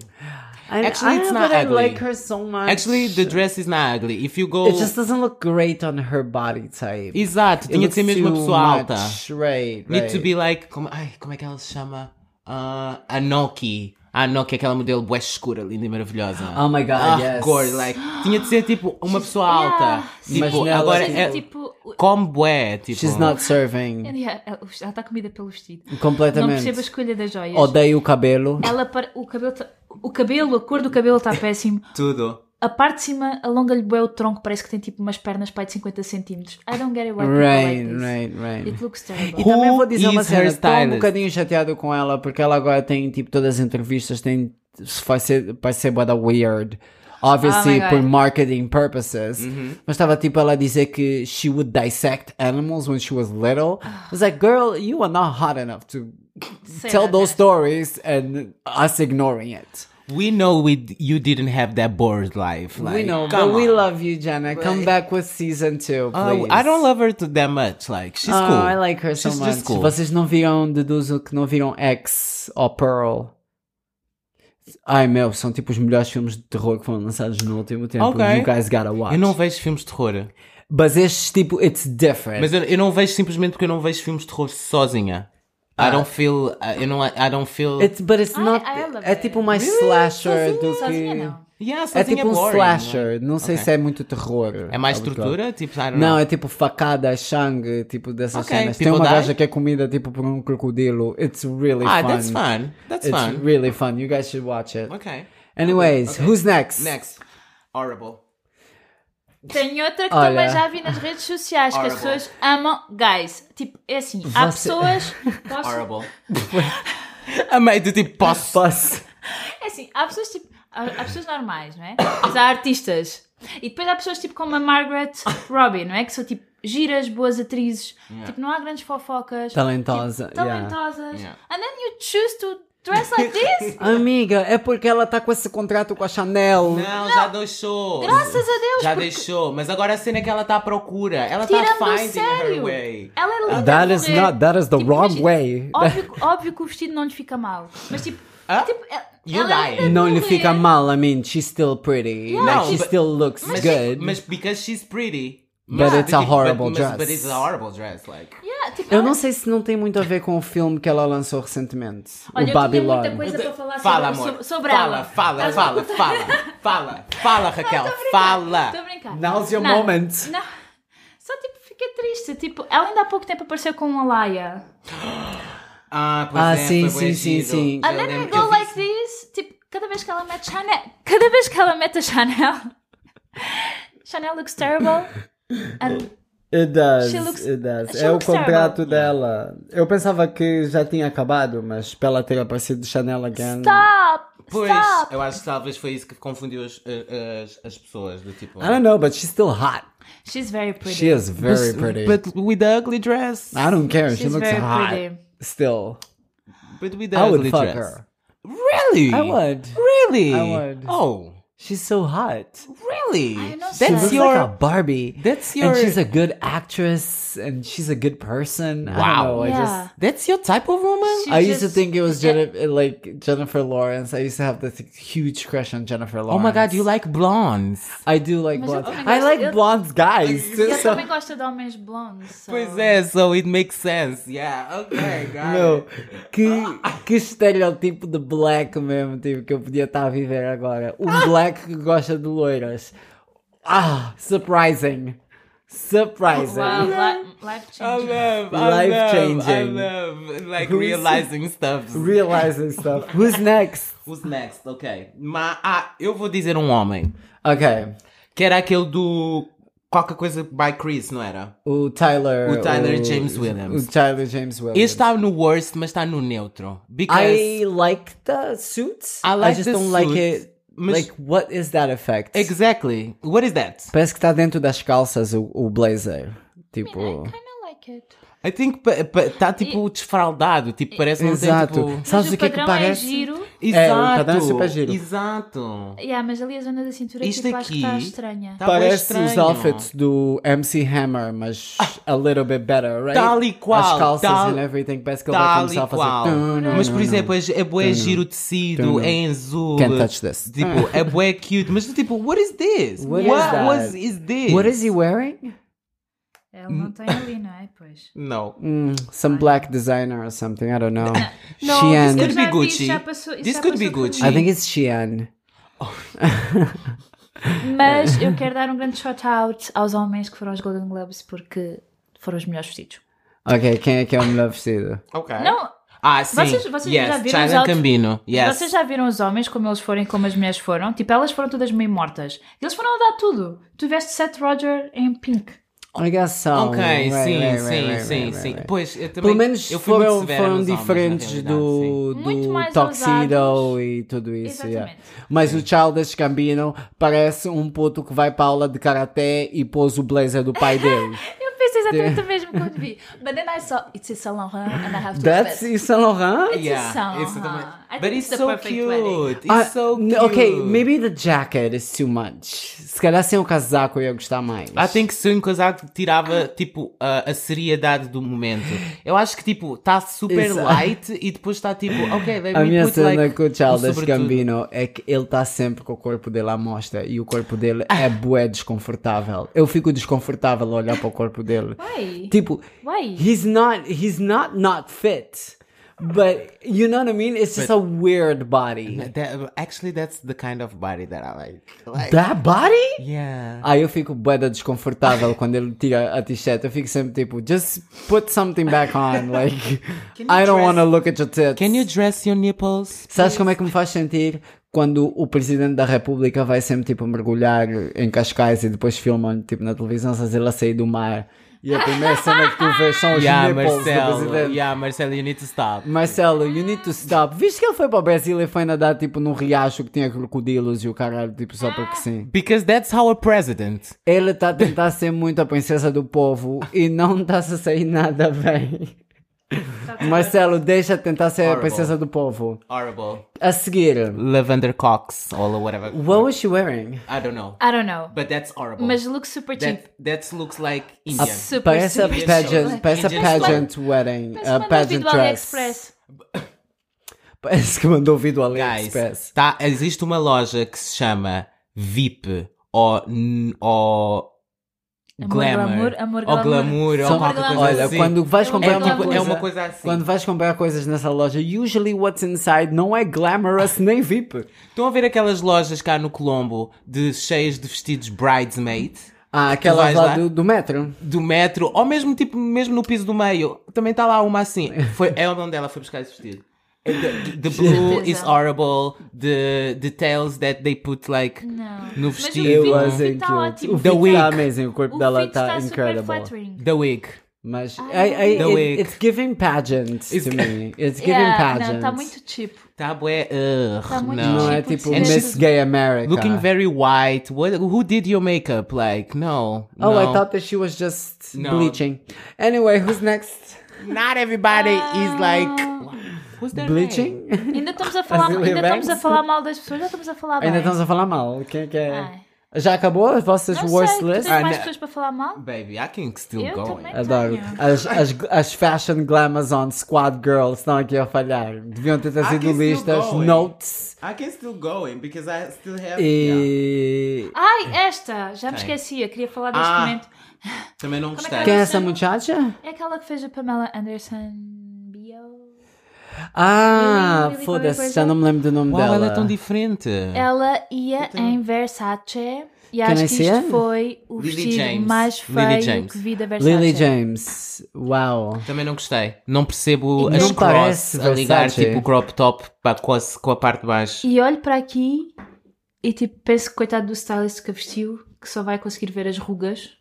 B: I-
A: Actually,
B: I-
A: it's
B: but
A: not
B: I
A: ugly.
B: like her so much.
A: Actually, the dress is not ugly. If you go.
B: It just doesn't look great on her body type.
A: Exato,
B: It
A: tinha de ser
B: looks
A: mesmo uma
B: too
A: pessoa
B: much.
A: alta.
B: Right, right.
A: Need to be like. Como, ai, como é que ela se chama? Ah, a Noki. A Noki, aquela modelo bué escura, linda e maravilhosa.
B: Oh my God,
A: Ah,
B: yes.
A: gore, like. Tinha de ser tipo uma pessoa alta.
C: Yeah,
A: Tipo,
B: Mas não,
A: agora
B: ela-
A: é.
C: tipo,
A: Come bué, tipo.
B: She's not serving
C: yeah, ela está comida pelo vestido. Não
B: completamente.
C: percebo a escolha das joias.
B: Odeio o cabelo.
C: Ela para- o cabelo tá- o cabelo, a cor do cabelo está péssimo.
A: Tudo.
C: A parte de cima alonga-lhe bem o tronco, parece que tem tipo umas pernas para aí de 50 centímetros. I don't get it why people
B: Right,
C: like this.
B: right, right.
C: It looks terrible.
B: E também
A: Who
B: vou dizer uma
A: is
B: cena,
A: her
B: estou um
A: stylist?
B: bocadinho chateado com ela porque ela agora tem tipo todas as entrevistas tem se vai ser vai ser bué da weird. Obviously
C: Oh my
B: por
C: God.
B: marketing purposes.
A: Uhum.
B: Mas estava tipo ela a dizer que she would dissect animals when she was little. I was like, girl, you are not hot enough to
C: Sei
B: tell
C: lá,
B: those
C: cara.
B: stories and us ignoring it.
A: We know we d- you didn't have that bored life. Like,
B: we know, but
A: come
B: we
A: on.
B: love you, Jenna. Come back with season two,
A: Uh,
B: please.
A: I don't love her too that much. Like she's
B: Oh,
A: cool.
B: I like her so
A: She's
B: much.
A: just cool.
B: Vocês não viram, deduzo que não viram X ou Pearl. Ai meu, são tipo os melhores filmes de terror que foram lançados no último tempo.
A: Ok.
B: You guys gotta watch.
A: Eu não vejo filmes de terror.
B: Mas estes tipo, it's different.
A: Mas eu, eu não vejo simplesmente porque eu não vejo filmes de terror sozinha. I don't feel. I- eu não. I don't feel.
B: Ah. It's, but it's
C: Ai,
B: not.
C: I love
B: é
C: it.
B: tipo mais slasher do que.
C: Sozinha não.
A: yeah,
B: É
A: sozinha
B: tipo um
A: boring, né?
B: slasher. Não sei
A: Ok.
B: se é muito terror.
A: É mais
B: Sabe qual?
A: estrutura? Tipo, I don't
B: Não,
A: know.
B: é tipo facada, sangue, tipo dessas
A: Ok,
B: cenas. Tem
A: people
B: uma
A: die?
B: gaja que é comida tipo por um crocodilo. It's é really
A: ah,
B: fun.
A: that's fun. That's
B: It's
A: fun.
B: really fun. You guys should watch it.
A: Okay.
B: Anyways, who's next?
A: Next. Horrible.
C: Tem outra que
B: Olha.
C: também já vi nas redes sociais, que as
A: Horrible.
C: pessoas amam guys. Tipo, é assim, há
B: Você- [LAUGHS]
C: pessoas. Posso-
A: Horrible. Amei do tipo posso.
B: Posso?
C: É assim, há pessoas tipo. Há, há pessoas normais, não é? Mas há artistas. E depois há pessoas tipo como a Margaret Robbie, não é? Que são tipo giras, boas atrizes. Tipo, não há grandes fofocas.
B: Talentosa,
C: Tipo,
B: yeah.
C: talentosas.
A: Yeah.
C: And then you choose to dress like
A: [LAUGHS]
C: this?
B: Amiga, é porque ela tá com esse contrato com a Chanel.
A: Não, já deixou.
C: Graças a Deus,
A: Já
C: porque
A: deixou. Mas agora a cena é que ela tá à procura. Ela tá
C: tirando do
A: finding her
C: sério.
A: way.
C: Ela é linda.
B: That
C: de
B: is
C: morrer.
B: not- that is the wrong
C: imagina,
B: way.
C: Óbvio, que- óbvio que o vestido não lhe fica mal. Mas tipo.
A: Ah?
C: tipo ela-
A: You're
C: ela é
A: lying.
C: linda de
B: Não lhe
C: morrer.
B: fica mal, I mean, she's still pretty. like,
A: No,
B: she
A: but-
B: still looks
A: Mas-
B: good.
A: Mas because she's pretty.
B: But it's a horrible
A: but,
B: dress.
A: But it's a horrible dress, like.
C: Yeah, tipo,
B: Eu
C: ela-
B: não sei se não tem muito a ver com o filme que ela lançou recentemente.
C: Olha,
B: o
C: eu tinha
B: Babylon.
C: muita coisa para falar
A: fala,
C: sobre,
A: amor.
C: sobre- sobre
A: fala,
C: ela.
A: fala,
C: Mas- [LAUGHS]
A: fala, fala, fala, fala, Raquel, fala.
C: Estou a brincar.
B: Now's your
C: Não,
B: moment.
C: Não. Só tipo, fiquei triste. Tipo, ela ainda há pouco tempo apareceu com um Alaya.
A: Ah, pois
B: Ah,
A: é,
B: sim,
A: foi bué
B: sim, sim,
A: giro.
B: sim.
A: Eu
C: And then we
A: lembro que
C: go
A: eu vi
C: like this. Tipo, cada vez que ela mete Chanel. [LAUGHS] Cada [LAUGHS] vez que ela mete a Chanel. Chanel looks terrible. And
B: It does,
C: She looks-
B: it does.
C: she
B: é o
C: looks terrible.
B: contrato dela. Eu pensava que já tinha acabado, mas pela ter aparecido Chanel again.
C: Stop!
A: Pois, é
C: Stop!
A: eu acho que talvez foi isso que confundiu as, eh, as, as pessoas. Do tipo.
B: I don't know, but she's still hot.
C: She's very pretty.
B: She is very pretty.
A: But with the ugly dress.
B: I don't care. she
C: She's
B: looks
C: very
B: hot.
C: pretty.
B: Still,
A: But with the
B: I would
A: ugly
B: fuck
A: dress.
B: her.
A: Really?
B: I would.
A: Really?
B: I would.
A: Oh,
B: She's so hot.
A: really?
C: I know
B: She
C: That's
B: looks
A: your.
B: like a Barbie.
A: that's your.
B: And she's a good actress, and she's a good person. I
A: Wow.
B: don't know, I
C: Yeah.
B: just.
A: that's your type of woman.
C: She
B: I used to
C: just-
B: think it was Jennifer, like Jennifer Lawrence. I used to have this huge crush on Jennifer Lawrence.
A: Oh my god, you like blondes.
B: I do like
C: Mas eu
B: blondes.
C: também
B: I
C: gosto
B: like
C: dele.
B: blonde guys.
C: Eu
B: so-
C: também gosto de homens blondes. So.
A: Pois é, so it makes sense. Yeah, okay, got
B: Meu,
A: it.
B: que, que estereotipo de black mesmo, tipo, que eu podia estar a viver agora. Um black que gosta de loiras. Ah, surprising.
A: é.
B: Surprising.
C: Wow, li- life
A: I
C: changing.
A: love, I love,
B: Life-changing.
A: I love, like
B: Who's-
A: realizing stuff.
B: Realizing stuff. Who's next?
A: Who's next? Ok. Mas, ah, eu vou dizer um homem.
B: Ok.
A: Que era aquele do. Qualquer coisa by Chris, não era?
B: O Tyler.
A: O Tyler James Williams.
B: O Tyler James Williams.
A: Este está no worst, mas está no neutro. Because.
B: I like the suits.
A: I like
B: just
A: the
B: don't like
A: suits,
B: it.
A: mas-
B: Like, what is that effect?
A: Exactly. What is that?
B: Parece que está dentro das calças o, o blazer. Tipo.
C: I kind of like it.
A: I think está tipo desfraldado. Tipo, parece tipo, que não tem
B: Exato.
A: tipo.
B: Sabes
C: mas
B: o que é que
C: padrão
B: parece?
C: É giro.
B: É, o
A: Exato.
B: padrão é super giro.
A: Exato.
C: Yeah, mas ali a zona da cintura
A: Isto
C: tipo, acho que está
A: aqui-
C: estranha.
A: Tá bué
B: Parece os
A: estranho.
B: outfits do MC Hammer, mas a little bit better, right?
A: Tal e qual,
B: As calças
A: tal-
B: and everything, parece que ele vai
A: Tal
B: começar a
A: e
B: fazer...
A: qual.
B: Tum, tum,
A: Mas,
B: tum,
A: por
B: tum.
A: exemplo, é é bué giro o tecido,
B: Tum.
A: é em azul.
B: Can't touch this.
A: Tipo, é bué cute. Mas, tipo, what is this?
B: What
A: What,
B: is that?
A: was, is this?
B: What is he wearing?
C: Ele não tem ali, não é? Pois.
A: Não.
B: Hmm, some black designer or something, I don't know.
A: No,
B: Shein.
A: this could
C: Eu
A: be
C: já vi,
A: Gucci.
C: já passou- isso
A: This
C: já
A: could be
C: passou por
A: Gucci.
C: mim.
B: I think it's Shein.
C: Mas
B: É.
C: eu quero dar um grande shout out aos homens que foram aos Golden Globes porque foram os melhores vestidos.
B: Ok, quem é que é o melhor vestido?
A: Ok.
C: Não,
A: Ah, sim.
C: Vocês- vocês
A: yes.
C: já viram os
A: China
C: outfits?
A: Cambino. Yes.
C: vocês já viram os homens como eles foram e como as mulheres foram? Tipo, elas foram todas meio mortas. Eles foram a dar tudo. Tu veste Seth Roger em pink.
B: I guess so.
A: Ok,
B: Right,
A: sim,
B: right, right,
A: sim,
B: right,
A: sim,
B: right,
A: sim.
B: right.
A: Pois, eu também.
B: Pelo menos
A: eu fui muito
B: foram,
A: severa
B: foram
A: nos homens, na
B: diferentes
A: realidade, sim.
B: do,
C: Muito
B: do
C: mais
B: Tuxedo
C: ousados.
B: e tudo isso. yeah.
C: Exatamente.
B: Mas o Childish Gambino parece um puto que vai para aula de karaté e pôs o blazer do pai
C: [LAUGHS]
B: dele.
C: Eu pensei exatamente o mesmo quando vi. But then I saw it's a Saint Laurent and I have to
B: That's
C: confess.
B: Yves Saint Laurent?
A: Yeah,
C: Saint
A: it's também.
C: Laurent. Ah, I
A: But
C: think
A: it's
C: it's the
A: so
C: perfect
A: cute.
C: wedding.
B: Ah,
A: It's so
B: n-
A: cute.
B: Ok, maybe the jacket is too much. Se calhar sem o casaco eu ia gostar mais.
A: Ah, tem que ser um casaco que tirava, tipo, a, a seriedade do momento. Eu acho que, tipo, está super
B: Isso.
A: light e depois está, tipo,
B: [LAUGHS]
A: ok, let
B: A
A: me
B: minha
A: put,
B: cena
A: like,
B: com o
A: um
B: Childish
A: sobretudo.
B: Gambino é que ele tá sempre com o corpo dele à mostra e o corpo dele
A: Ah.
B: é bué desconfortável. Eu fico desconfortável a olhar para o corpo dele.
C: Ah, Why?
B: Tipo,
C: Why?
B: he's not he's not not fit. But you know what I mean? It's just a weird body.
A: That- actually, that's the kind of body that I
B: [LAUGHS]
A: like. Like,
B: That body?
A: yeah.
B: Aí eu fico bué da desconfortável quando ele tira a t-shirt. Eu fico sempre tipo, just put something back [LAUGHS] on. Like, I don't want to look at your tits.
A: Can you dress your nipples?
B: Sabes como é que me faz sentir quando o presidente da República vai sempre tipo mergulhar em Cascais e depois filmam tipo na televisão se ele a sair do mar e a primeira cena que tu vês são [LAUGHS] os
A: Yeah,
B: nipples do
A: Marcelo.
B: é presidente.
A: Yeah, Marcelo, you need to stop.
B: Marcelo, you need to stop. Viste que ele foi para o Brasil e foi nadar tipo num riacho que tinha crocodilos e o caralho, tipo só porque sim.
A: Because that's how a president.
B: Ele está a tentar ser muito a princesa do povo e não está-se a sair nada bem. Marcelo, deixa de tentar ser a
A: Horrible.
B: princesa do povo.
A: Horrible.
B: A seguir,
A: Lavender Cox or whatever.
B: what was she wearing?
A: I don't know.
C: I don't know.
A: But that's
B: Oh.
A: horrible.
C: Mas look super cheap.
A: that, that looks like
B: A-
A: Indian.
C: Super
B: parece a
C: simples.
B: pageant,
A: Indian
B: parece a
A: show.
B: pageant wedding,
C: Mas
B: a
C: manda
B: uh, pageant
C: vir do
B: dress.
C: AliExpress.
B: Parece que mandou vir do
A: Guys,
B: AliExpress.
A: tá, existe uma loja que se chama VIP ou, n- ou
C: Amor,
A: Glamour.
C: glamour, amor,
A: ou Glamour. ou
B: São-
A: qualquer coisa
B: olha,
A: assim.
B: quando vais
C: É
B: comprar
A: é
C: uma
A: uma,
B: coisa,
A: co- é uma coisa assim.
B: quando vais comprar coisas nessa loja, usually what's inside não é glamorous nem VIP.
A: Estão a ver aquelas lojas cá no Colombo de cheias de vestidos bridesmaid?
B: Ah, aquelas
A: vais
B: lá
A: lá?
B: do, do metro.
A: do metro, tá ou mesmo tipo, mesmo no piso do meio, também está lá uma assim. Foi, é onde ela foi buscar esse vestido. The, the blue
C: Certeza.
A: is
B: é.
A: horrible. The details that they put like
C: Não.
A: no
C: Mas o
A: vestido.
C: Fit-
B: Eu
C: o fit
B: achei
C: está
B: que
C: tá ótimo.
B: o
A: The
B: fit
A: wig.
B: está amazing, o corpo
C: O
B: dela tá
C: fit está
B: está
C: super
B: incredible.
C: flattering.
A: The wig.
B: Mas
C: Ai,
B: I- I-
A: The
B: it-
A: wig.
B: it's giving pageants
A: It's-
B: to me. It's giving
C: Yeah,
B: pageants.
C: não, está muito tipo. cheap.
A: Tá bué, ugh,
C: Tá muito
A: não.
B: Não é
C: Tipo,
B: tipo
C: and
B: Miss
C: she's
B: Gay America.
A: Looking very white. What? Who did your makeup? Like, no.
B: Oh,
A: no.
B: I thought that she was just
A: No.
B: bleaching. Anyway, who's next?
A: not everybody is like. Who's that?
B: Ah. Bleaching?
C: Ainda estamos
A: [LAUGHS]
C: a falar,
B: Azalea
C: ainda estamos a
B: Banks?
C: falar mal das pessoas, já estamos a falar bem.
B: Ainda estamos a falar mal. Quem é que é?
C: Ai.
B: Já acabou as vossas
C: Não
B: worst
C: sei, tu
B: list?
C: tens mais
A: Ah,
C: pessoas para falar mal?
A: Baby, I can still
C: Eu
A: go.
C: também.
B: Adoro.
C: Tenho.
B: As, as, as fashion glamazon squad girls estão aqui a falhar. Deviam ter trazido
A: can still
B: listas,
A: go, hein?
B: notes
A: I can still go in because I still have.
B: e.
C: Ai, esta! Já me
A: Quem?
C: esquecia, queria falar deste
A: Ah.
C: momento.
A: Também não
C: gostei.
B: Quem é
A: gostei.
B: essa muchacha?
C: É aquela que fez a Pamela Anderson Bio.
B: Ah,
C: Really, really
B: foda-se,
C: coisa.
B: já não me lembro do nome
A: Uau,
B: dela.
A: ela é tão diferente.
C: Ela ia
A: Então.
C: em Versace e
B: I
C: acho que
B: see
C: isto
B: it?
C: foi o
A: Lily
C: vestido
A: James.
C: mais
A: Lily
C: feio
A: James.
C: que vi da Versace.
B: Lily James. Uau.
A: Também não gostei. Não percebo
B: E
A: as
B: não
A: cross
B: parece
A: a ligar
B: Versace.
A: tipo o crop top para quase com a parte de baixo.
C: E olho para aqui e tipo penso que coitado do stylist que a vestiu, que só vai conseguir ver as rugas.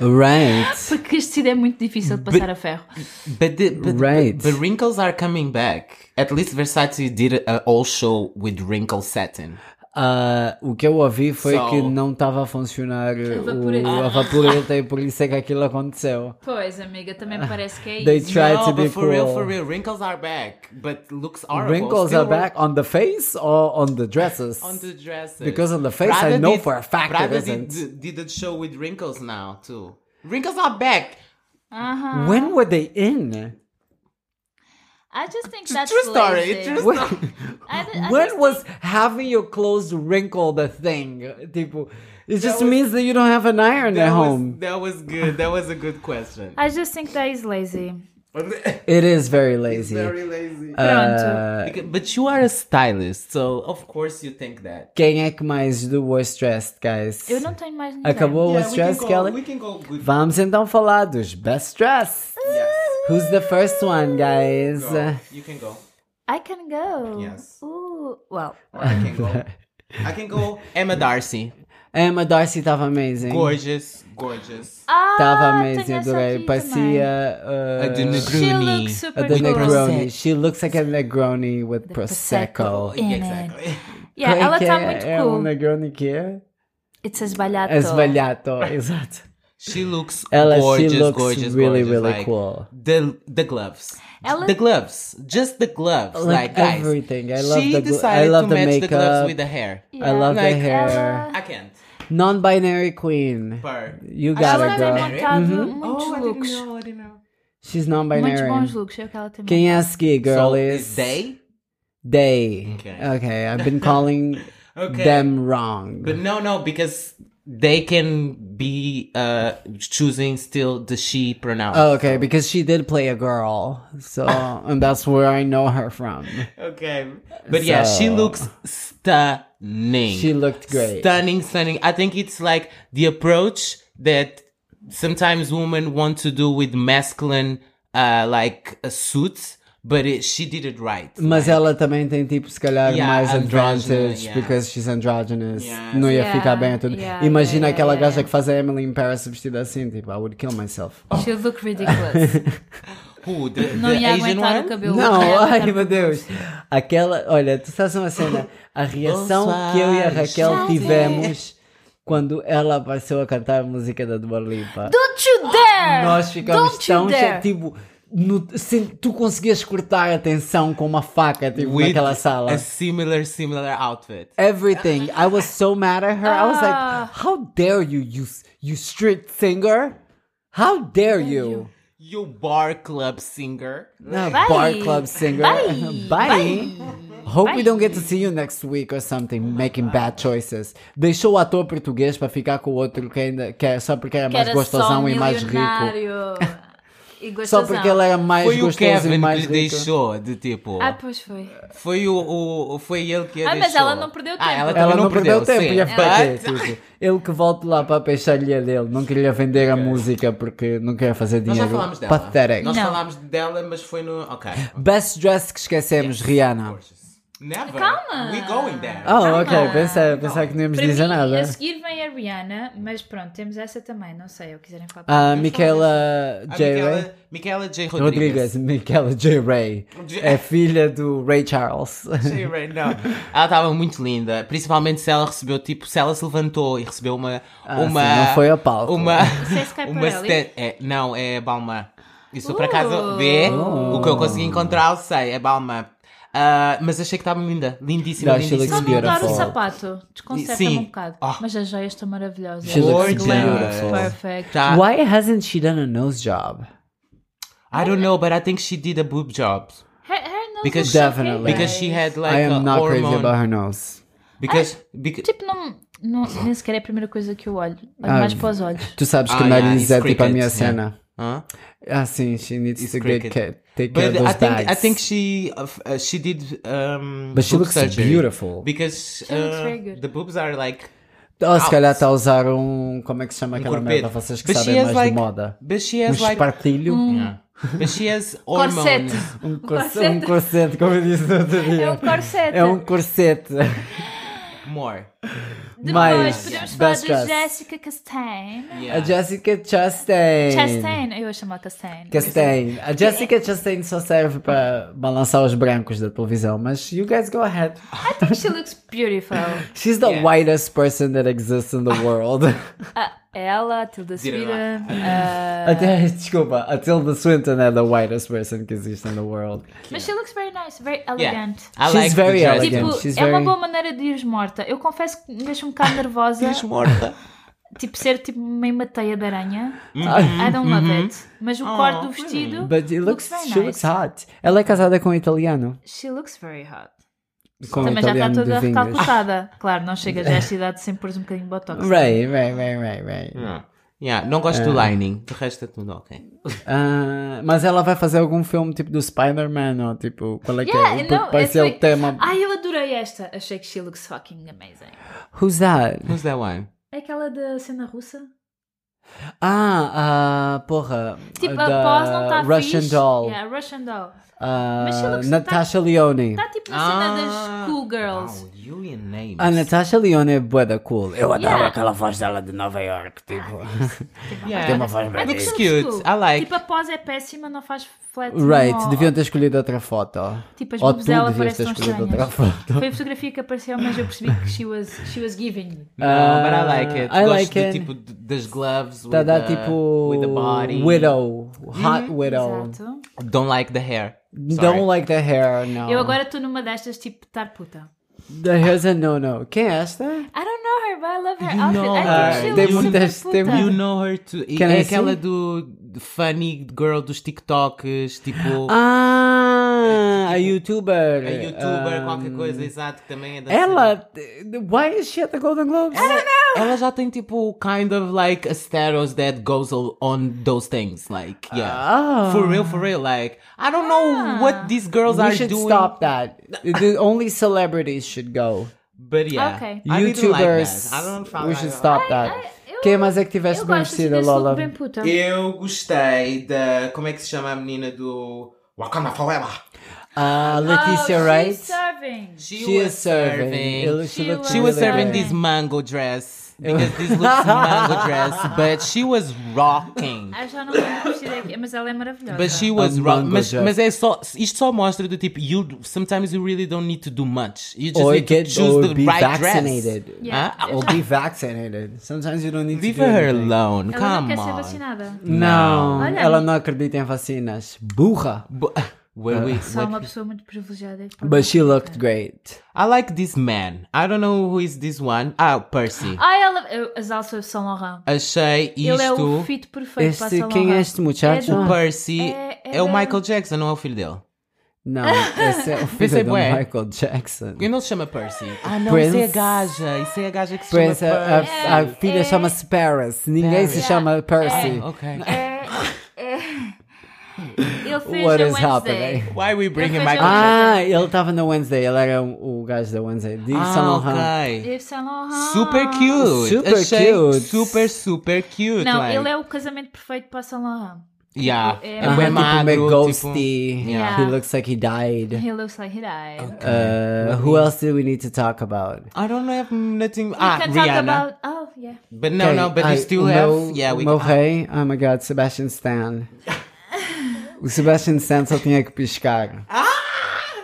B: Right.
C: Porque este vestido é muito difícil de passar a ferro.
A: But the, but,
B: Right.
A: but, but wrinkles are coming back. At least Versace did a whole show with wrinkle satin.
B: Ah, o que eu ouvi foi
A: So-
B: que não estava a funcionar
C: vaporeta.
B: o, a vaporeta e por isso é que aquilo aconteceu.
C: Pois, amiga, também
B: Ah,
C: parece que é
B: They
C: isso.
B: try
A: no,
B: to
A: but
B: be
A: for
B: cool.
A: real, for real, wrinkles are back, but looks horrible.
B: Wrinkles
A: still
B: are back on the face or on the dresses?
A: on the dresses.
B: Because on the face, I know for a fact it
A: Prada
B: isn't.
A: Did, did a show with wrinkles now too. Wrinkles are back.
C: Aham.
B: When were they in?
C: I just think that's
A: True story.
C: lazy.
A: True
B: When,
A: story.
C: I, ju- I
B: when
C: just
B: was having your clothes wrinkled a thing? Tipo, it just
A: was-
B: means that you don't have an iron at
A: That was,
B: home.
A: that was good. That was a
B: [LAUGHS]
A: good question.
C: I just think that is lazy.
B: It is very lazy.
A: Very lazy.
B: Ah,
C: Pronto.
A: Because- but you are a stylist, so of course you think that.
B: Quem é que mais do worst dressed, guys?
C: Eu não tenho mais ninguém.
B: Acabou o
A: Yeah,
B: worst dressed, Oh, Kelly?
A: we can go good.
B: Vamos então falar dos best dressed. [LAUGHS]
A: Yes.
B: Who's the first one, guys?
A: Go. You can go.
C: I can go.
A: Yes.
C: Ooh, well,
A: Or I can go. I
B: [LAUGHS]
A: can go. Emma Darcy.
B: Emma Darcy estava amazing.
A: Gorgeous. Gorgeous.
C: ah,
B: Estava
C: tenho
B: amazing,
C: essa
B: adorei.
C: aqui
B: Parecia.
A: I
B: uh,
A: didn't
C: também. She looks super
B: A the
A: With
C: cool.
B: Negroni. She looks like a Negroni with
C: Prosecco.
B: Prosecco.
C: In
A: exactly.
C: Yeah,
B: Quem
C: ela
B: que
C: está
B: é-
C: muito
B: é um
C: cool.
B: Negroni que é?
C: It's
B: [LAUGHS]
C: esbalhato.
B: Esbalhato, exato.
A: She looks
B: Ela, she
A: gorgeous,
B: looks
A: gorgeous,
B: really,
A: gorgeous,
B: really
A: like,
B: cool.
A: The the gloves,
C: Ela-
A: the gloves, just the gloves,
B: Like
A: like, guys.
B: everything. I love
A: she
B: the glo- I
A: decided
B: love
A: to
B: the
A: match the gloves
B: makeup.
A: with the hair.
B: I love
A: Like,
B: the hair.
C: ela-
A: I can't.
B: Non-binary queen.
A: But
B: You got
C: Ela
B: it,
C: tem
B: girl.
A: non-binary?
C: montado
B: Uhum.
C: muitos
A: uh, oh, I didn't
C: looks.
A: know. I didn't know.
B: She's
C: Muitos
B: non-binary.
C: bons looks. É o que ela tem
B: Quem é a seguir, girl?
A: so
B: is
A: is they?
B: They.
A: Okay.
B: Okay, I've
A: [LAUGHS]
B: been calling
A: Okay.
B: them wrong.
A: But no, no, because they can be uh choosing still the she pronoun.
B: Oh, okay, because she did play a girl,
A: [LAUGHS]
B: so and that's where I know her from.
A: Okay. But yeah, she
B: So-
A: looks stunning.
B: She looked great.
A: Stunning, stunning. I think it's like the approach that sometimes women want to do with masculine, uh, like uh, suits, but it, she did it right.
B: Mas ela também tem tipo, se calhar,
A: Yeah,
B: mais
A: andrógena,
B: advantage
A: yeah.
B: because she's androgynous.
A: Yeah.
B: Não ia
C: Yeah,
B: ficar bem a tudo.
C: yeah,
B: Imagina
C: yeah,
B: aquela
C: yeah,
B: gaja
C: yeah.
B: que faz a Emily in Paris vestida assim, tipo, I would kill myself.
C: She look ridiculous.
A: Who? The,
C: Não
A: the
C: ia
A: Asian
C: aguentar
A: one?
C: o cabelo.
B: Não,
C: Não [LAUGHS] ia aguentar
B: ai
C: o
B: meu
C: cabelo.
B: Deus. Aquela, olha, tu estás uma cena. A reação
A: Bonsoir,
B: que eu e a Raquel
A: gente.
B: tivemos quando ela apareceu a cantar a música da Dua Lipa.
C: Don't you dare!
B: Nós ficamos
C: Don't
B: tão
C: you dare!
B: che- tipo. no- sem- tu conseguias cortar a tensão com uma faca, tipo,
A: With
B: naquela sala.
A: A similar, similar outfit.
B: Everything. I was so mad at her. I was
C: Ah.
B: like, how dare you, you, s- you street singer? How dare you?
A: You bar club singer.
B: Not
C: Bye.
B: bar club singer. [LAUGHS]
C: Bye.
B: Bye. Hope we
C: Bye.
B: don't get to see you next week or something, making bad choices. Deixou o ator português para ficar com o outro que ainda que é só porque era
C: Que
B: mais
C: era só
B: gostosão
C: um
B: [LAUGHS] e mais rico.
C: milionário. E
B: Só
C: gostosão.
B: porque ele é- era mais
A: Foi o
B: gostoso e
A: Kevin
B: mais
A: que lhe
B: rico.
A: deixou de tipo.
C: Ah, pois foi.
A: Foi, o, o- foi ele que a
C: Ah, mas
A: deixou.
C: ela não perdeu
A: Ah,
C: tempo.
A: ela, também
B: Ela não, perdeu, tempo.
A: sim.
B: ia ficar
A: But-
B: aqui, tipo, ele que volte lá para a peixaria dele. Não queria vender a música porque não queria fazer
A: Nós
B: dinheiro.
A: já falámos dela.
B: Pathetic.
A: Nós
C: Não.
A: falámos dela, mas foi no. Ok.
B: Best dress que esquecemos, Rihanna.
A: Gorgeous. Never.
C: Calma.
A: We going there.
B: Oh, ok. Pensei, pensei que não íamos
C: Para
B: dizer
C: mim,
B: nada.
C: A seguir vem a Rihanna, mas pronto, temos essa também, não sei, eu quiserem falar.
B: A
C: Mas
B: Ah, Michaela
A: A
B: J. Ray.
A: Ah, Michaela, Michaela J. Rodrigues.
B: Rodrigues, Michaela J. Ray.
A: J-
B: É filha do Ray Charles.
A: J. Ray, não. [LAUGHS] Ela estava muito linda, principalmente se ela recebeu, tipo, se ela se levantou e recebeu uma. uma
B: Ah, sim, não foi ao palco.
A: Uma.
C: Isso é
A: [LAUGHS]
C: Skype
A: uma
C: Pirelli?
A: sten- é, não, é Balma. Isso por
C: Uh.
A: acaso vê o que eu
B: Uh.
A: consegui encontrar, eu sei, é Balma. Ah, mas achei que estava linda, lindíssima,
B: Não, she
A: lindíssima.
C: Só
B: looks
C: não adoro o
B: beautiful.
C: sapato, desconcerta-me
A: Sim.
C: um bocado.
A: Ah.
C: Mas as joias estão maravilhosas.
B: She looks
C: Glam,
B: beautiful.
C: Perfect.
A: Tá.
B: Why hasn't she done a nose job?
A: I don't know, but I think she did a boob job.
C: Her, her nose
A: Because-
C: looks okay,
B: Definitely.
C: guys.
A: Because she had like
B: I
A: a
B: am not
A: hormone.
B: crazy about her nose.
A: Because, because
C: Tipo, não, não, nem sequer é a primeira coisa que eu olho. Olho
B: Ah.
C: mais para os [LAUGHS] olhos.
B: Tu sabes que
A: Ah,
B: o
A: yeah,
B: nariz
A: it's
B: é tipo a minha
A: crickets, yeah.
B: cena.
A: Huh?
B: Ah, sim, she needs
A: It's
B: to get
A: cricket.
B: care, take care
A: But
B: of those
A: I think I
B: bags.
A: think she uh, f- uh, she did um
B: But she
A: boob
B: looks
A: surgery
B: beautiful.
A: because
C: She looks
A: uh,
C: very good.
A: the boobs are like
B: Ou se calhar está a usar um. Como é que se chama aquela
A: Ah, corpete.
B: merda? Vocês que
A: But she
B: sabem
A: has
B: mais
A: like
B: de moda.
A: but she
B: Um
A: has like
B: espartilho.
A: yeah. but she
B: [LAUGHS]
A: has hormones.
C: Corsete.
B: Um, corse- um corsete, como eu disse no outro
C: É um
B: dia.
C: corsete.
B: É um corsete.
A: more.
C: Depois
B: mais
C: podemos falar
B: best
C: de
B: dress.
C: Jessica Castain.
A: Yeah.
B: A Jessica Chastain.
C: Chastain, eu chamo-a Castain.
B: Chastain. A Jessica Chastain só serve para balançar os brancos da televisão, mas you guys go ahead.
C: I think she looks beautiful.
B: She's the
A: Yeah.
B: whitest person that exists in the world.
A: [LAUGHS]
C: Ah, ela, Tilda
A: Direi
C: Sweden. ah,
B: Até, é, desculpa, a Tilda Swinton é the whitest person que existe in the world.
C: But she looks very nice, very
A: yeah.
C: elegant.
A: I
B: She's
A: like
B: very
A: the dress.
B: elegant.
C: Tipo,
B: she's
C: é uma
B: very-
C: boa maneira de ires morta. Eu confesso que me deixa um bocado nervosa.
A: She's morta.
C: tipo, ser tipo meio uma teia de aranha.
B: Hum.
C: I don't love it. Mas o corte do vestido.
B: But it looks,
C: very
B: she looks
C: nice.
B: hot. Ela é casada com um italiano.
C: She looks very hot.
B: Com um
C: Também já tá está
B: italiano
C: toda
B: de vinhos.
C: recalcutada. Claro, não chegas
B: [LAUGHS]
C: a esta idade sem pôr um bocadinho de botox.
B: Right, right, right, right, right.
A: Yeah. Yeah, não gosto
B: Uh.
A: do lining. De resto é tudo ok.
B: Ah, mas ela vai fazer algum filme tipo do Spider-Man ou tipo, qual é que é?
C: Yeah,
B: Porque
C: não, Ah.
B: vai
C: it's
B: ser
C: like...
B: o tema.
C: Ai, eu adorei esta. Achei que she looks fucking amazing.
B: Who's that?
A: Who's that one?
C: É aquela da cena russa?
B: Ah, ah, porra.
C: Tipo,
B: da
C: a pose não está
B: Russian
C: fixe.
B: Doll.
C: Yeah, Russian Doll.
B: Ah,
C: Mas she looks-
B: Natasha Leone.
C: Está tipo
B: Ah,
C: na cena das cool girls.
A: Ah, Wow, you and names.
B: A Ah, Natasha Leone é bué da cool. Eu adoro
C: Yeah. Ah,
B: aquela voz dela de Nova York, tipo. [LAUGHS]
A: yeah.
B: Tem uma voz
C: Mas
B: bem.
A: Looks
C: deixa-me
A: cute.
C: desculpa.
A: I like.
C: Tipo, a pose é péssima, não faz flat.
B: Right,
C: não-
B: deviam ter escolhido outra foto.
C: Tipo, as
B: Ou
C: boobs
B: tu
C: dela
B: devias ter
C: parecem tão
B: escolhido outra
C: estranhas.
B: foto.
C: Foi a fotografia que apareceu, mas eu percebi que she was, she was giving you.
A: No, but I like it.
B: uh, I
A: Gosto
B: like
A: do
B: it.
A: tipo d- das gloves
B: Tá a
A: with,
B: dar
A: the,
B: tipo.
A: with the body.
B: Widow. Hot Widow.
C: Exato.
A: Don't like the hair. Sorry.
B: Don't like the hair, no.
C: Eu agora estou numa destas, tipo, estar puta.
B: The hair's a no-no. Quem é esta?
C: I don't know her, but I love her
A: You
C: outfit.
A: know
C: I
A: her.
C: think she
A: Tem
C: looks
B: muitas-
C: super
B: tem
C: puta.
A: You know her too. E
B: Can
A: é
B: I
A: aquela
B: see?
A: do do funny girl dos TikToks, tipo
B: Ah, a youtuber.
A: a youtuber, qualquer
B: Ah,
A: coisa, exato, que também é da
B: Ela. Why is she at the Golden Globes?
A: Ela já tem tipo kind of like a status that goes o- on those things. Like, yeah.
B: Ah.
A: For real, for real. Like, I don't know what these girls
B: We
A: are
B: should
A: doing.
B: stop that. The only celebrities should go.
A: But yeah.
C: Okay.
A: I didn't like that.
B: YouTubers.
A: I don't find
B: we
A: I
B: should
A: don't-
B: stop that.
C: eu-
B: Quem mais é que tiveste
C: Eu
B: bem
C: gosto
B: vestida,
C: desse
B: Lola? É
C: look bem puta.
A: Eu gostei da. Como é que se chama a menina do. Wakanda Forever?
B: Ah, Letícia
C: oh,
B: Wright.
C: She's serving.
A: She,
B: She is serving. Ele-
A: She,
B: She,
C: She
B: looks
C: was
A: was
B: really
A: serving
B: good.
A: this mango dress. Because this looks mango dress. But she was rocking.
C: Ah, já não lembro que vestida é que- mas ela é maravilhosa.
A: But she was
B: A
A: wrong.
B: mango
A: Mas,
B: dress.
A: mas é só, isto só mostra do tipo, you sometimes you really don't need to do much. You just
B: Or
A: need
B: get-
A: to choose
B: or
A: the
B: be
A: right
B: vaccinated.
A: dress.
C: Yeah.
A: Huh?
B: Or be vaccinated. Sometimes you don't need
A: Leave
B: to do
A: her
B: anything.
A: alone.
C: Ela não
A: Come
C: quer ser
A: on.
C: vacinada.
B: Não,
C: Olha.
B: ela não acredita em vacinas. Burra.
A: Bu- Wait, wait,
C: Só
A: wait.
C: uma pessoa muito privilegiada. é que pode
B: But she
C: fazer.
B: looked great.
A: I like this man. I don't know who is this one. Ah, Percy.
C: Ah, ela. eu- As alças São Laurent.
A: Achei isto.
C: Ele é o fit perfeito para
B: Este,
C: São
B: quem é
C: Laurent.
B: este muchacho?
C: É do-
A: Percy
C: É-
A: é,
C: é um-
A: o
C: da-
A: Michael Jackson, não é o filho dele.
B: Não, [LAUGHS] esse é o
A: Pensei
B: filho do
A: bué.
B: Michael Jackson.
A: Ele não se chama Percy. Ah, não,
B: Prince.
A: isso é a gaja. Isso é a gaja que se
B: Prince,
A: chama
B: a,
A: Percy.
B: a- a filha
C: é-
B: chama-se Paris. Ninguém se
A: Paris.
B: chama Percy.
A: Ok.
C: É, é,
B: [LAUGHS]
C: Ele fez
B: What
C: a
B: is
C: Wednesday.
B: happening?
A: Why we bringing
C: If
A: my
C: it's
B: Ah, ele estava na Wednesday, ele era um, o gajo da Wednesday. De
A: Ah,
B: Saint Laurent.
A: okay.
C: Yves Saint Laurent.
A: Super cute.
B: Super
A: Achei
B: cute.
A: Super, super cute.
C: Não,
A: like.
C: ele é o casamento perfeito para Saint Laurent.
A: Yeah. bem
C: é- Aham,
B: tipo meio
A: magro, tipo-
B: ghosty.
C: Yeah.
B: He looks like he died.
C: He looks like he died.
B: Uh, who else do we need to talk about?
A: I don't have nothing.
C: We
A: ah,
C: can talk
A: Rihanna.
C: about. Oh, yeah.
A: But no, no, but
B: I-
A: you still
B: o
A: have.
B: meu-
A: yeah, we
B: o meu rei, oh my god, Sebastian Stan. o Sebastian Stan só tinha que piscar.
A: Ah!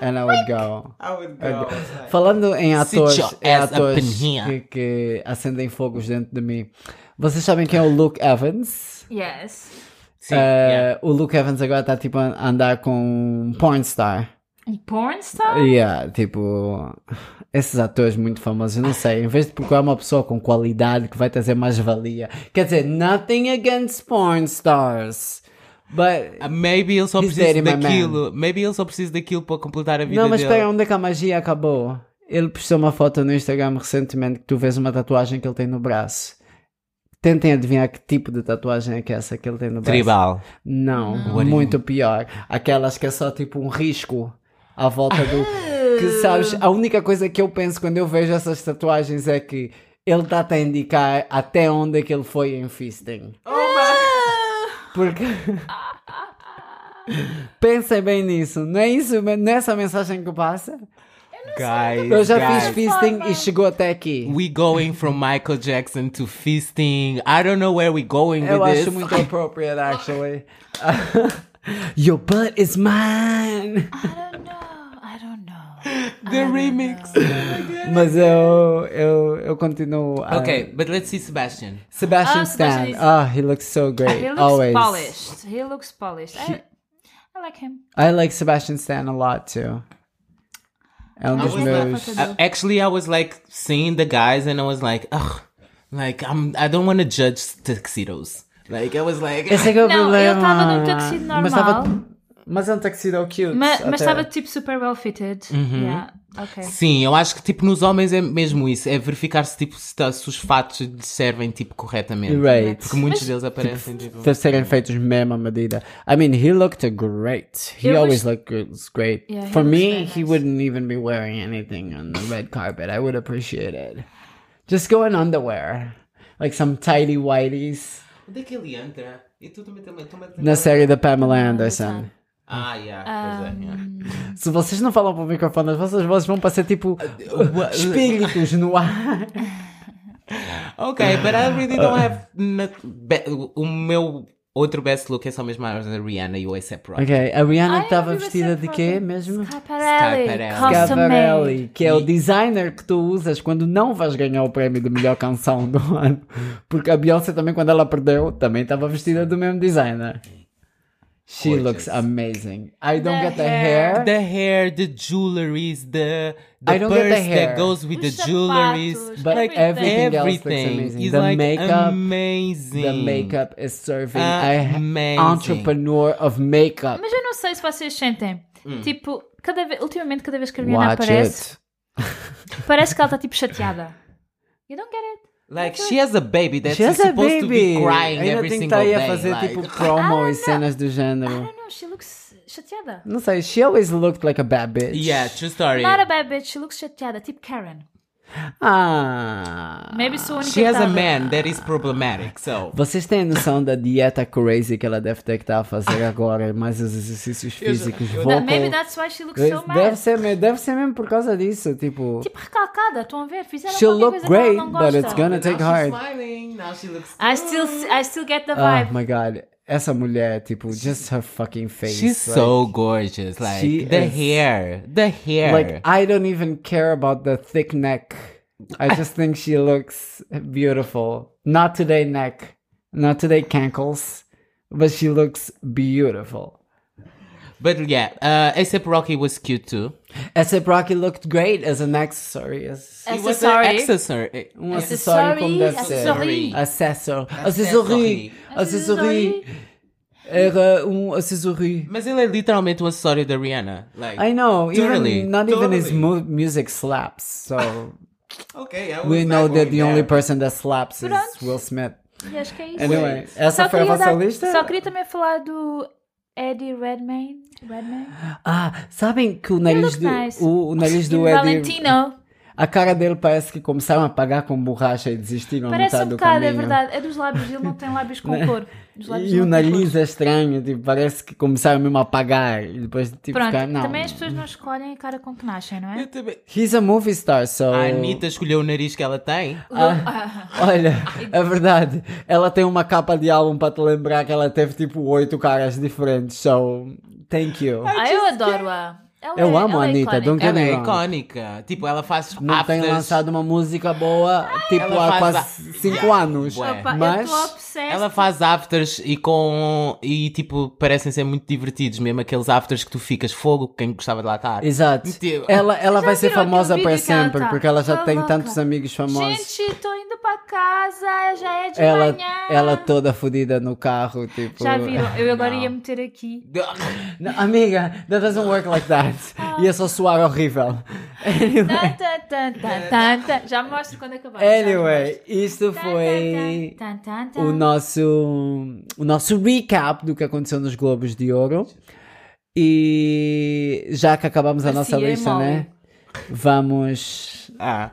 B: And I would go.
A: I would
B: I'd go. Falando em
A: Sit
B: atores,
A: your
B: em
A: ass up
B: atores
A: in here.
B: que, que acendem fogos dentro de mim, vocês sabem quem é o Luke Evans?
C: Yes.
B: Uh,
A: Sim, yeah.
B: O Luke Evans agora está tipo a andar com um pornstar.
C: Um porn star?
B: Yeah, tipo, esses atores muito famosos, eu não sei, em vez de procurar uma pessoa com qualidade que vai trazer mais valia, quer dizer, nothing against porn stars, but,
A: Ah, Maybe ele só
B: He's
A: precisa
B: dead, my man.
A: daquilo. Maybe ele só precisa daquilo para completar a vida
B: não, mas um
A: dele.
B: espera, onde é que a magia acabou? Ele postou uma foto no Instagram recentemente que tu vês uma tatuagem que ele tem no braço. Tentem adivinhar que tipo de tatuagem é que é essa que ele tem no braço.
A: Tribal.
B: Não,
A: What do you
B: muito pior. Aquelas que é só tipo um risco à volta do. Que sabes, a única coisa que eu penso quando eu vejo essas tatuagens é que ele está a indicar até onde é que ele foi em fisting.
C: Ah,
B: Porque. [LAUGHS] Pensem bem nisso, não é isso, não é essa a mensagem que passa?
A: Guys,
B: Eu já
A: guys.
B: fiz fisting e chegou até aqui.
A: We going from Michael Jackson to feasting. I don't know where we going
B: Eu
A: with
B: acho
A: this.
B: muito appropriate, actually. [LAUGHS] Your butt is mine!
C: I don't know. I don't know.
A: The remix.
B: Ah. Mas eu, eu, eu continuo. a-
A: okay, but let's see Sebastian.
B: Sebastian
C: Ah, Sebastian
B: Stan.
C: is-
B: Ah, he looks so great.
C: He looks
B: Always.
C: polished. He looks polished. I, I like him.
B: I like Sebastian Stan a lot too. É
C: Ah,
B: um dos
A: was
B: meus.
C: not-
A: Uh, actually, I was like seeing the guys, and I was like, ugh, like I'm. I don't want to judge tuxedos. Like I was like,
B: Esse é que é o
C: Não,
B: problema.
C: ele tava num tuxedo
B: Mas
C: normal.
B: tava- Mas é um tuxedo cute.
C: Ma-
B: até. Uhum.
C: mas estava tipo super well fitted. Yeah. Ok.
A: Sim, eu acho que tipo nos homens é mesmo isso, é verificar se tipo se, tá- se os fatos lhe servem tipo corretamente.
B: Right.
A: Porque muitos deles aparecem tipo.
B: Deve serem feitos mesmo à medida. I mean, he looked great. He
C: Eu
B: always
C: gost-
B: looked gr- great.
C: Yeah, he
B: For
C: looks
B: me,
C: very
B: he
C: nice.
B: wouldn't even be wearing anything on the red carpet. I would appreciate it. Just go in underwear. Like some tidy whities.
A: Onde é que ele entra? E tu também também também-
B: Na série da Pamela Anderson.
A: Ah, yeah, pois é, yeah.
B: Se vocês não falam para o microfone, as vossas vozes vão passar tipo espíritos no
C: [LAUGHS]
B: ar.
A: Ok, but I really don't have not- be- o meu outro best look é só mesmo a Rihanna e o A$AP Rocky.
B: Ok, a Rihanna
C: Ai,
B: estava
C: eu vi você
B: vestida de quê
C: falando.
B: mesmo?
C: Scaparelli.
A: Scaparelli.
C: Custom made.
B: Schiaparelli, que é o designer que tu usas quando não vais ganhar o prémio de melhor canção do [LAUGHS] ano. Porque a Beyoncé também, quando ela perdeu, também estava vestida do mesmo designer. She
A: Gorgeous.
B: looks amazing. I don't
C: The
B: get the
C: hair.
B: hair.
A: The hair, the jewelries, the
B: I
A: the
B: don't get the
A: purse
B: hair.
A: that goes with the
C: Os
A: jewelries,
C: sapatos,
B: But everything
C: everything.
B: else looks
A: everything
B: amazing.
A: is
B: The
A: like
B: makeup,
A: amazing.
B: The makeup is serving. I
A: Amazing.
B: ha- entrepreneur of makeup.
C: Mas eu não sei se vocês sentem.
B: Hum.
C: Tipo, cada vez, ultimamente, cada vez que a Rihanna
B: Watch
C: aparece,
B: it.
C: parece que ela está tipo chateada. You don't get it.
A: Like she has a baby that's
B: She has a
A: supposed to be
B: baby.
A: crying
B: Ainda
A: every
B: tem que
A: single
B: estar aí
A: day.
B: a fazer
A: like,
B: tipo
C: Ah,
B: promo e cenas do
C: I
B: género.
C: don't know, Oh, she looks chateada.
B: Não sei, she always looked like a bad bitch.
A: yeah, true story.
C: Not a bad bitch, she looks chateada, tipo Karen.
B: Ah.
C: Maybe sou a única
A: She
C: que
A: has
C: tá
A: a
C: ver.
A: man that is problematic. So
B: Vocês têm noção da dieta crazy que ela deve ter que estar a fazer agora, mais os exercícios físicos,
C: That-
B: vocal.
C: Maybe that's why she looks so mad.
B: deve, ser, me- deve ser mesmo por causa disso, tipo.
C: Tipo recalcada, estão a ver? Fizeram
B: she'll
C: qualquer
B: look
C: coisa
B: great,
C: que ela não
B: but
C: gosta.
B: it's gonna take hard.
A: smiling. Now she looks.
C: I still, I still get the
B: Oh
C: vibe.
B: my god, essa mulher, tipo, just her fucking face.
A: She's
B: like,
A: so gorgeous. Like
B: She
A: the
B: is-
A: hair, the hair.
B: Like, I don't even care about the thick neck. I just think she looks beautiful. Not today, neck. Not today, cankles. But she looks beautiful.
A: but yeah, uh, except Rocky was cute too.
B: A$AP Rocky looked great as an accessory. As
C: É,
A: He was an
C: Accessory.
A: é accessory. É,
B: um acessório
C: Accessory,
B: Ah. como deve ser.
C: accessory.
B: Accesso.
A: Accessory.
B: Acessory. Acessory. Era um acessory.
A: Mas ele é literalmente um acessório da Rihanna. Like,
B: I know. Even,
A: Totally,
B: Not even his
A: totally.
B: mu- music slaps.
A: [LAUGHS]
B: So
A: Okay, I
B: we
A: was
B: know
A: not
B: that
A: going
B: the
A: there.
B: only person that slaps is
C: Pronto.
B: Will Smith.
C: E acho que é isso.
B: Anyway,
C: Só
B: essa foi a
C: queria
B: vossa
C: dar-
B: lista?
C: Só queria também falar do Eddie Redmayne? Redmayne?
B: Ah, sabem que o nariz
C: looks
B: do.
C: nice.
B: O, o
C: [LAUGHS]
B: nariz
C: E
B: do Eddie.
C: Valentino.
B: A cara dele parece que começaram a pagar com borracha e desistiram
C: Parece
B: a
C: um
B: metade do
C: bocado, é
B: tá caminho.
C: verdade. É dos lábios, ele não tem lábios
B: [LAUGHS]
C: com cor. Dos lábios
B: E
C: não
B: o
C: tem
B: nariz é estranho, tipo, parece que começaram mesmo a pagar e depois tipo
C: cor. Pronto,
B: ficar, não.
C: também as pessoas não escolhem a cara com que nascem, não é?
A: Eu também.
B: He's a movie star, so
A: A Anitta escolheu o nariz que ela tem.
B: Ah, olha,
C: [LAUGHS]
B: é verdade. Ela tem uma capa de álbum para te lembrar que ela teve tipo oito caras diferentes, so thank you.
C: Ah, eu adoro-a. Ela
B: Eu
C: é-
B: amo
C: ela
B: a
C: é
B: Anitta,
C: icónica.
B: don't get
A: Ela é
B: me wrong.
A: icónica. Tipo, ela faz
B: Não tem
A: afters.
B: lançado uma música boa tipo
A: Ela
B: há
A: faz
B: quase
A: a-
B: cinco
A: Yeah,
B: anos.
A: bué.
C: Opa, eu
B: Mas
C: estou obsessed.
A: Ela faz afters e com. E tipo, parecem ser muito divertidos, mesmo aqueles afters que tu ficas fogo, quem gostava de lá estar.
B: Exato.
A: Mentira.
B: Ela, ela
C: Já
B: vai ser
C: viram aquele
B: famosa
C: vídeo
B: para
C: que ela
B: sempre,
C: tá?
B: porque ela já
C: Tá
B: tem
C: louca.
B: tantos amigos famosos.
C: Gente, estou indo para casa, já é de
B: ela,
C: manhã.
B: ela tá- toda fodida no carro, tipo.
C: Já viram? Eu agora
A: Não.
C: ia meter aqui.
B: [LAUGHS] Não, amiga, that doesn't work like that. Ia só soar horrível.
C: Tan, tan, tan, tan, tan, tan. Já me mostro quando é acabar. já me
B: Anyway, isto
C: mostro.
B: foi
C: Tan, tan, tan, tan,
B: o
C: tan.
B: nosso, o nosso recap do que aconteceu nos Globos de Ouro. E já que acabamos a nossa
C: Parecia
B: lista,
C: mal.
B: né? Vamos.
A: Ah,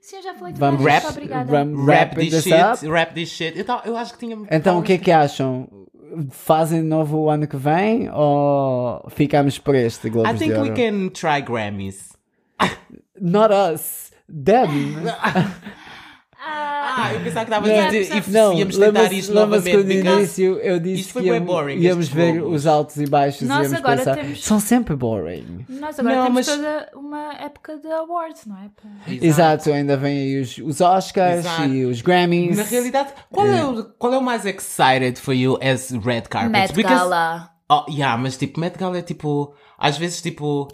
C: Sim, eu já falei de
B: Vamos
C: vez,
A: rap-
C: obrigada.
B: ram-
A: rap
B: wrap
A: this
B: this
A: shit,
B: up.
A: rap this shit. Eu, tava- eu acho que tinha.
B: Então, o que é que acham? Fazem de novo o ano que vem ou ficamos por este Globos
A: I think
B: de
A: we
B: Ouro?
A: can try Grammys.
B: Not us, them.
C: Ah,
A: Ah, eu pensava que estava
C: Yeah,
A: a dizer. If
B: Não,
A: íamos tentar
B: lembra-se-
A: isto
B: lembra-se que
A: novamente.
B: no
A: Because...
B: início eu disse
A: isto foi
B: que
A: bué
B: íamos,
A: boring,
B: íamos
A: estes
B: ver
A: jogos.
B: os altos e baixos e
C: Nós
B: íamos
C: agora
B: pensar,
C: temos-
B: são sempre boring.
C: nós agora
A: Não, mas-
C: temos toda uma época de awards, não é?
B: Exato, ainda vem aí os, os Oscars
A: Exato.
B: e os Grammys.
A: Na realidade, qual é. o, qual é o mais excited for you as red carpet?
C: Met Gala.
A: Oh, yeah, mas tipo, Met Gala é tipo, às vezes tipo,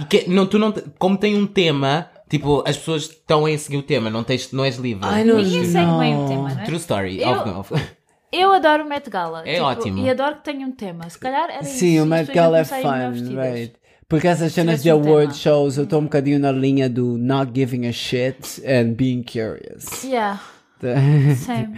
A: e que- não, tu não, te- como tem um tema, tipo, as pessoas estão a seguir o tema, não tens, não és livre.
B: Ai, não-
C: Ninguém segue bem o tema, não é?
A: True story.
C: Eu-
A: of- of-
C: Eu adoro o Met Gala.
A: É
C: tipo,
A: ótimo.
C: E adoro que tenha um tema. Se calhar era isso.
B: Sim, o
C: as
B: Met
C: pessoas iam
B: Gala é
C: começar a ir melhor
B: fun,
C: vestidas.
B: right? Porque essas cenas de
C: um tema.
B: award shows eu estou um bocadinho na linha do not giving a shit and being curious.
C: Yeah,
B: [LAUGHS]
C: same.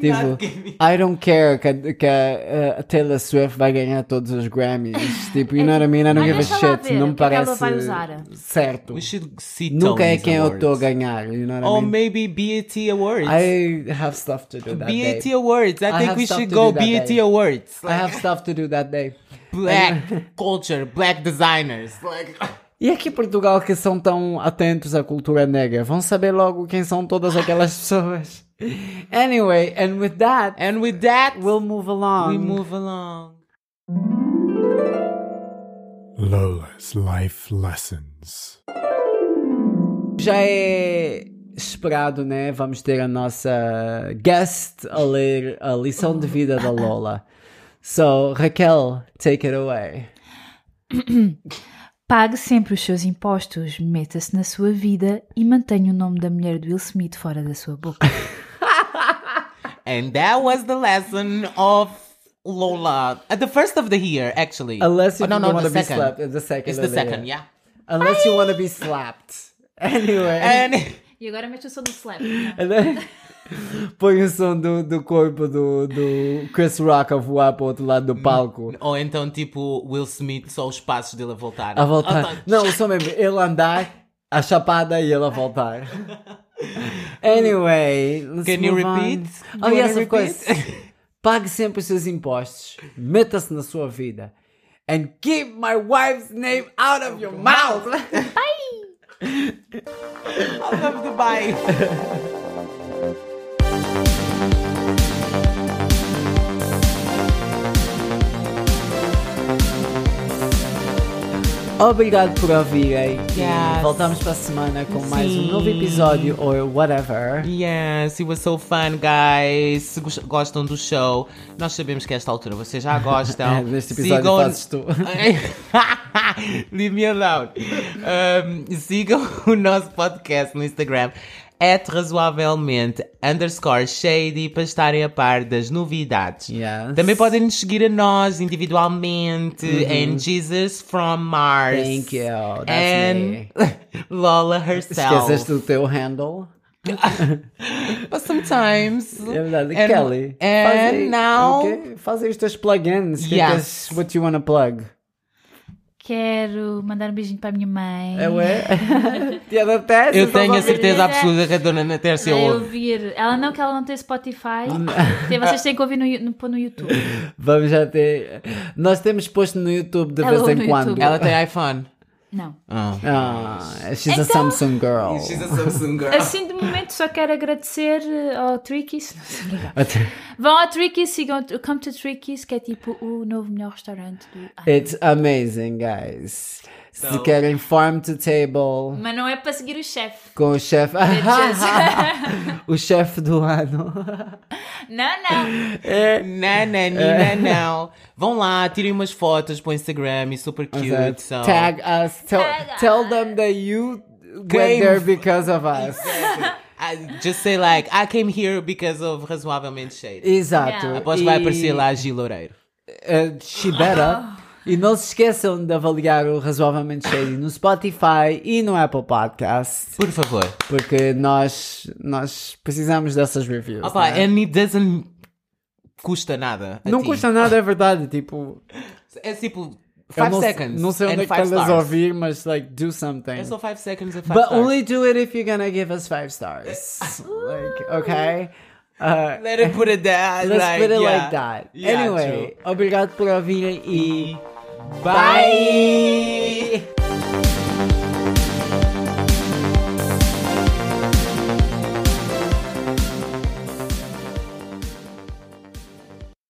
B: tipo, I don't care que, a, que a- a Taylor Swift vai ganhar todos os
C: [LAUGHS]
B: Grammys. tipo, you know what I mean? I don't
C: Mas
B: give a
C: deixa lá
B: shit.
C: ver
B: Não
C: o
B: me
C: que é que ela
B: parece
C: vai usar.
B: certo.
A: [LAUGHS] We should see
B: Nunca é
A: Tony's
B: quem eu estou a
A: awards. Oh,
B: ganhar, you know
A: Or
B: what I mean?
A: maybe BET Awards.
B: I have stuff to do that
A: BET
B: day.
A: Awards. I,
B: I
A: think
B: have
A: we
B: stuff to
A: should go
B: do that
A: BET
B: day. [LAUGHS]
A: Awards.
B: I have stuff to do that day.
A: Black culture, black designers. Like,
B: E aqui em Portugal que são tão atentos à cultura negra, vão saber logo quem são todas aquelas [LAUGHS] pessoas. Anyway, and with that,
A: and with that,
B: we'll move along.
A: we move along.
D: Lola's Life Lessons.
B: Já é esperado, né? Vamos ter a nossa guest a ler a lição de vida da Lola. So, Raquel, take it away.
C: Pague sempre os seus impostos, meta-se na sua vida e mantenha o nome da mulher do Will Smith fora da sua boca.
A: And that was the lesson of Lola. Uh, the first of the year, actually.
B: Unless you
A: Oh, no, no,
B: don't want
A: the
B: to be
A: second.
B: slapped. uh, The second.
A: It's the
B: of year.
A: second, yeah.
B: Unless you want to be slapped. [LAUGHS] Anyway.
A: And
C: [LAUGHS]
A: [LAUGHS]
C: e agora mete o som do slap. é?
B: [LAUGHS] Põe o som do, do corpo do, do Chris Rock a voar para o outro lado do palco.
A: Ou então, Oh, tipo, Will Smith, só os passos dele a voltar.
B: A voltar. Não, só mesmo. Ele andar, a chapada e ele a
A: [LAUGHS]
B: voltar. Anyway. let's
A: Can you
B: move on.
A: repeat?
B: Oh,
A: You
B: yes,
A: wanna
B: of course. [LAUGHS] Pague sempre os seus impostos. Meta-se na sua vida. And keep my wife's name out of your
A: [LAUGHS]
B: mouth.
A: I love Dubai.
B: Obrigado por ouvirem. E
A: Yes.
B: Voltamos para a semana com mais um
A: Sim.
B: novo episódio ou whatever.
A: Yes, it was so fun, guys. Se gos- gostam do show, nós sabemos que a esta altura vocês já gostam.
B: [LAUGHS] É, neste episódio fazes tu.
A: [LAUGHS] Leave me alone. Um, sigam [LAUGHS] o nosso podcast no Instagram. É razoavelmente underscore shady para estarem a par das novidades.
B: Yes.
A: Também podem nos seguir a nós individualmente em Jesus from Mars.
B: Uhum. Thank you. That's
A: And
B: me.
A: [LAUGHS] Lola herself.
B: Esqueceste do teu handle?
A: [LAUGHS] But sometimes.
B: É verdade.
A: And-
B: Kelly.
A: and
B: faz aí-
A: now-
B: ok, Faz aí os teus plugins. Que é que
A: Yes.
B: és- what you wanna plug?
C: Quero mandar um beijinho para a minha mãe.
B: É ué? [LAUGHS] Piada até
A: Eu tenho a
C: ouvir.
A: certeza absoluta que a dona Ana Tércia
C: Vai
A: ouve.
C: ouvir. Ela não, que ela não tem Spotify. Tem- Vocês têm que ouvir no, no, pôr no YouTube.
B: Vamos já ter. Nós temos posto no YouTube de
C: Ela
B: vez
C: ouve
B: em
C: no
B: quando.
C: YouTube.
A: Ela tem iPhone.
C: Não.
A: Ah.
B: Ah, she's a
C: Então-
B: Samsung girl.
A: a Samsung [LAUGHS] girl.
C: Assim, de momento, só quero agradecer eh, ao Trickies. Vão ao Trickies, sigam o Come to Trickies, que é tipo o novo melhor restaurante do. Ah.
B: It's amazing, guys. Se querem farm to table
C: Mas não é para seguir o
B: [LAUGHS]
C: chefe.
B: com o chefe.
C: bitches.
B: [LAUGHS] o chefe do ano.
C: não, não.
B: É.
A: Não, não, não, não. Vão lá, tirem umas fotos para o Instagram e super cute. So.
B: Tag us. Tell,
C: Tag
B: tell
C: us.
B: them that you went
A: Came
B: there because of us.
A: I- just say like, I came here because of razoavelmente shade.
B: Exato.
C: Yeah.
A: Após vai aparecer lá a Gil Loureiro.
B: uh, She Better. E não se esqueçam de avaliar o Razoavelmente Shady no Spotify e no Apple Podcast,
A: Por favor.
B: porque nós, nós precisamos dessas reviews.
A: Opa, é
B: né?
A: and it doesn't custa nada. a
B: Não
A: ti.
B: custa nada, é verdade. Tipo,
A: É tipo
B: eu
A: 5
B: não,
A: seconds.
B: não sei
A: and
B: onde é que
A: five
B: estás a
A: stars.
B: ouvir, mas like, do something.
A: É só 5 seconds and 5
B: But
A: stars.
B: only do it if you're gonna give us five
A: [LAUGHS]
B: stars. like, okay? Uh,
A: Let it put it that.
B: let's
A: like,
B: put it
A: yeah.
B: like that.
A: Yeah,
B: anyway, obrigado por ouvirem e.
A: true. Bye.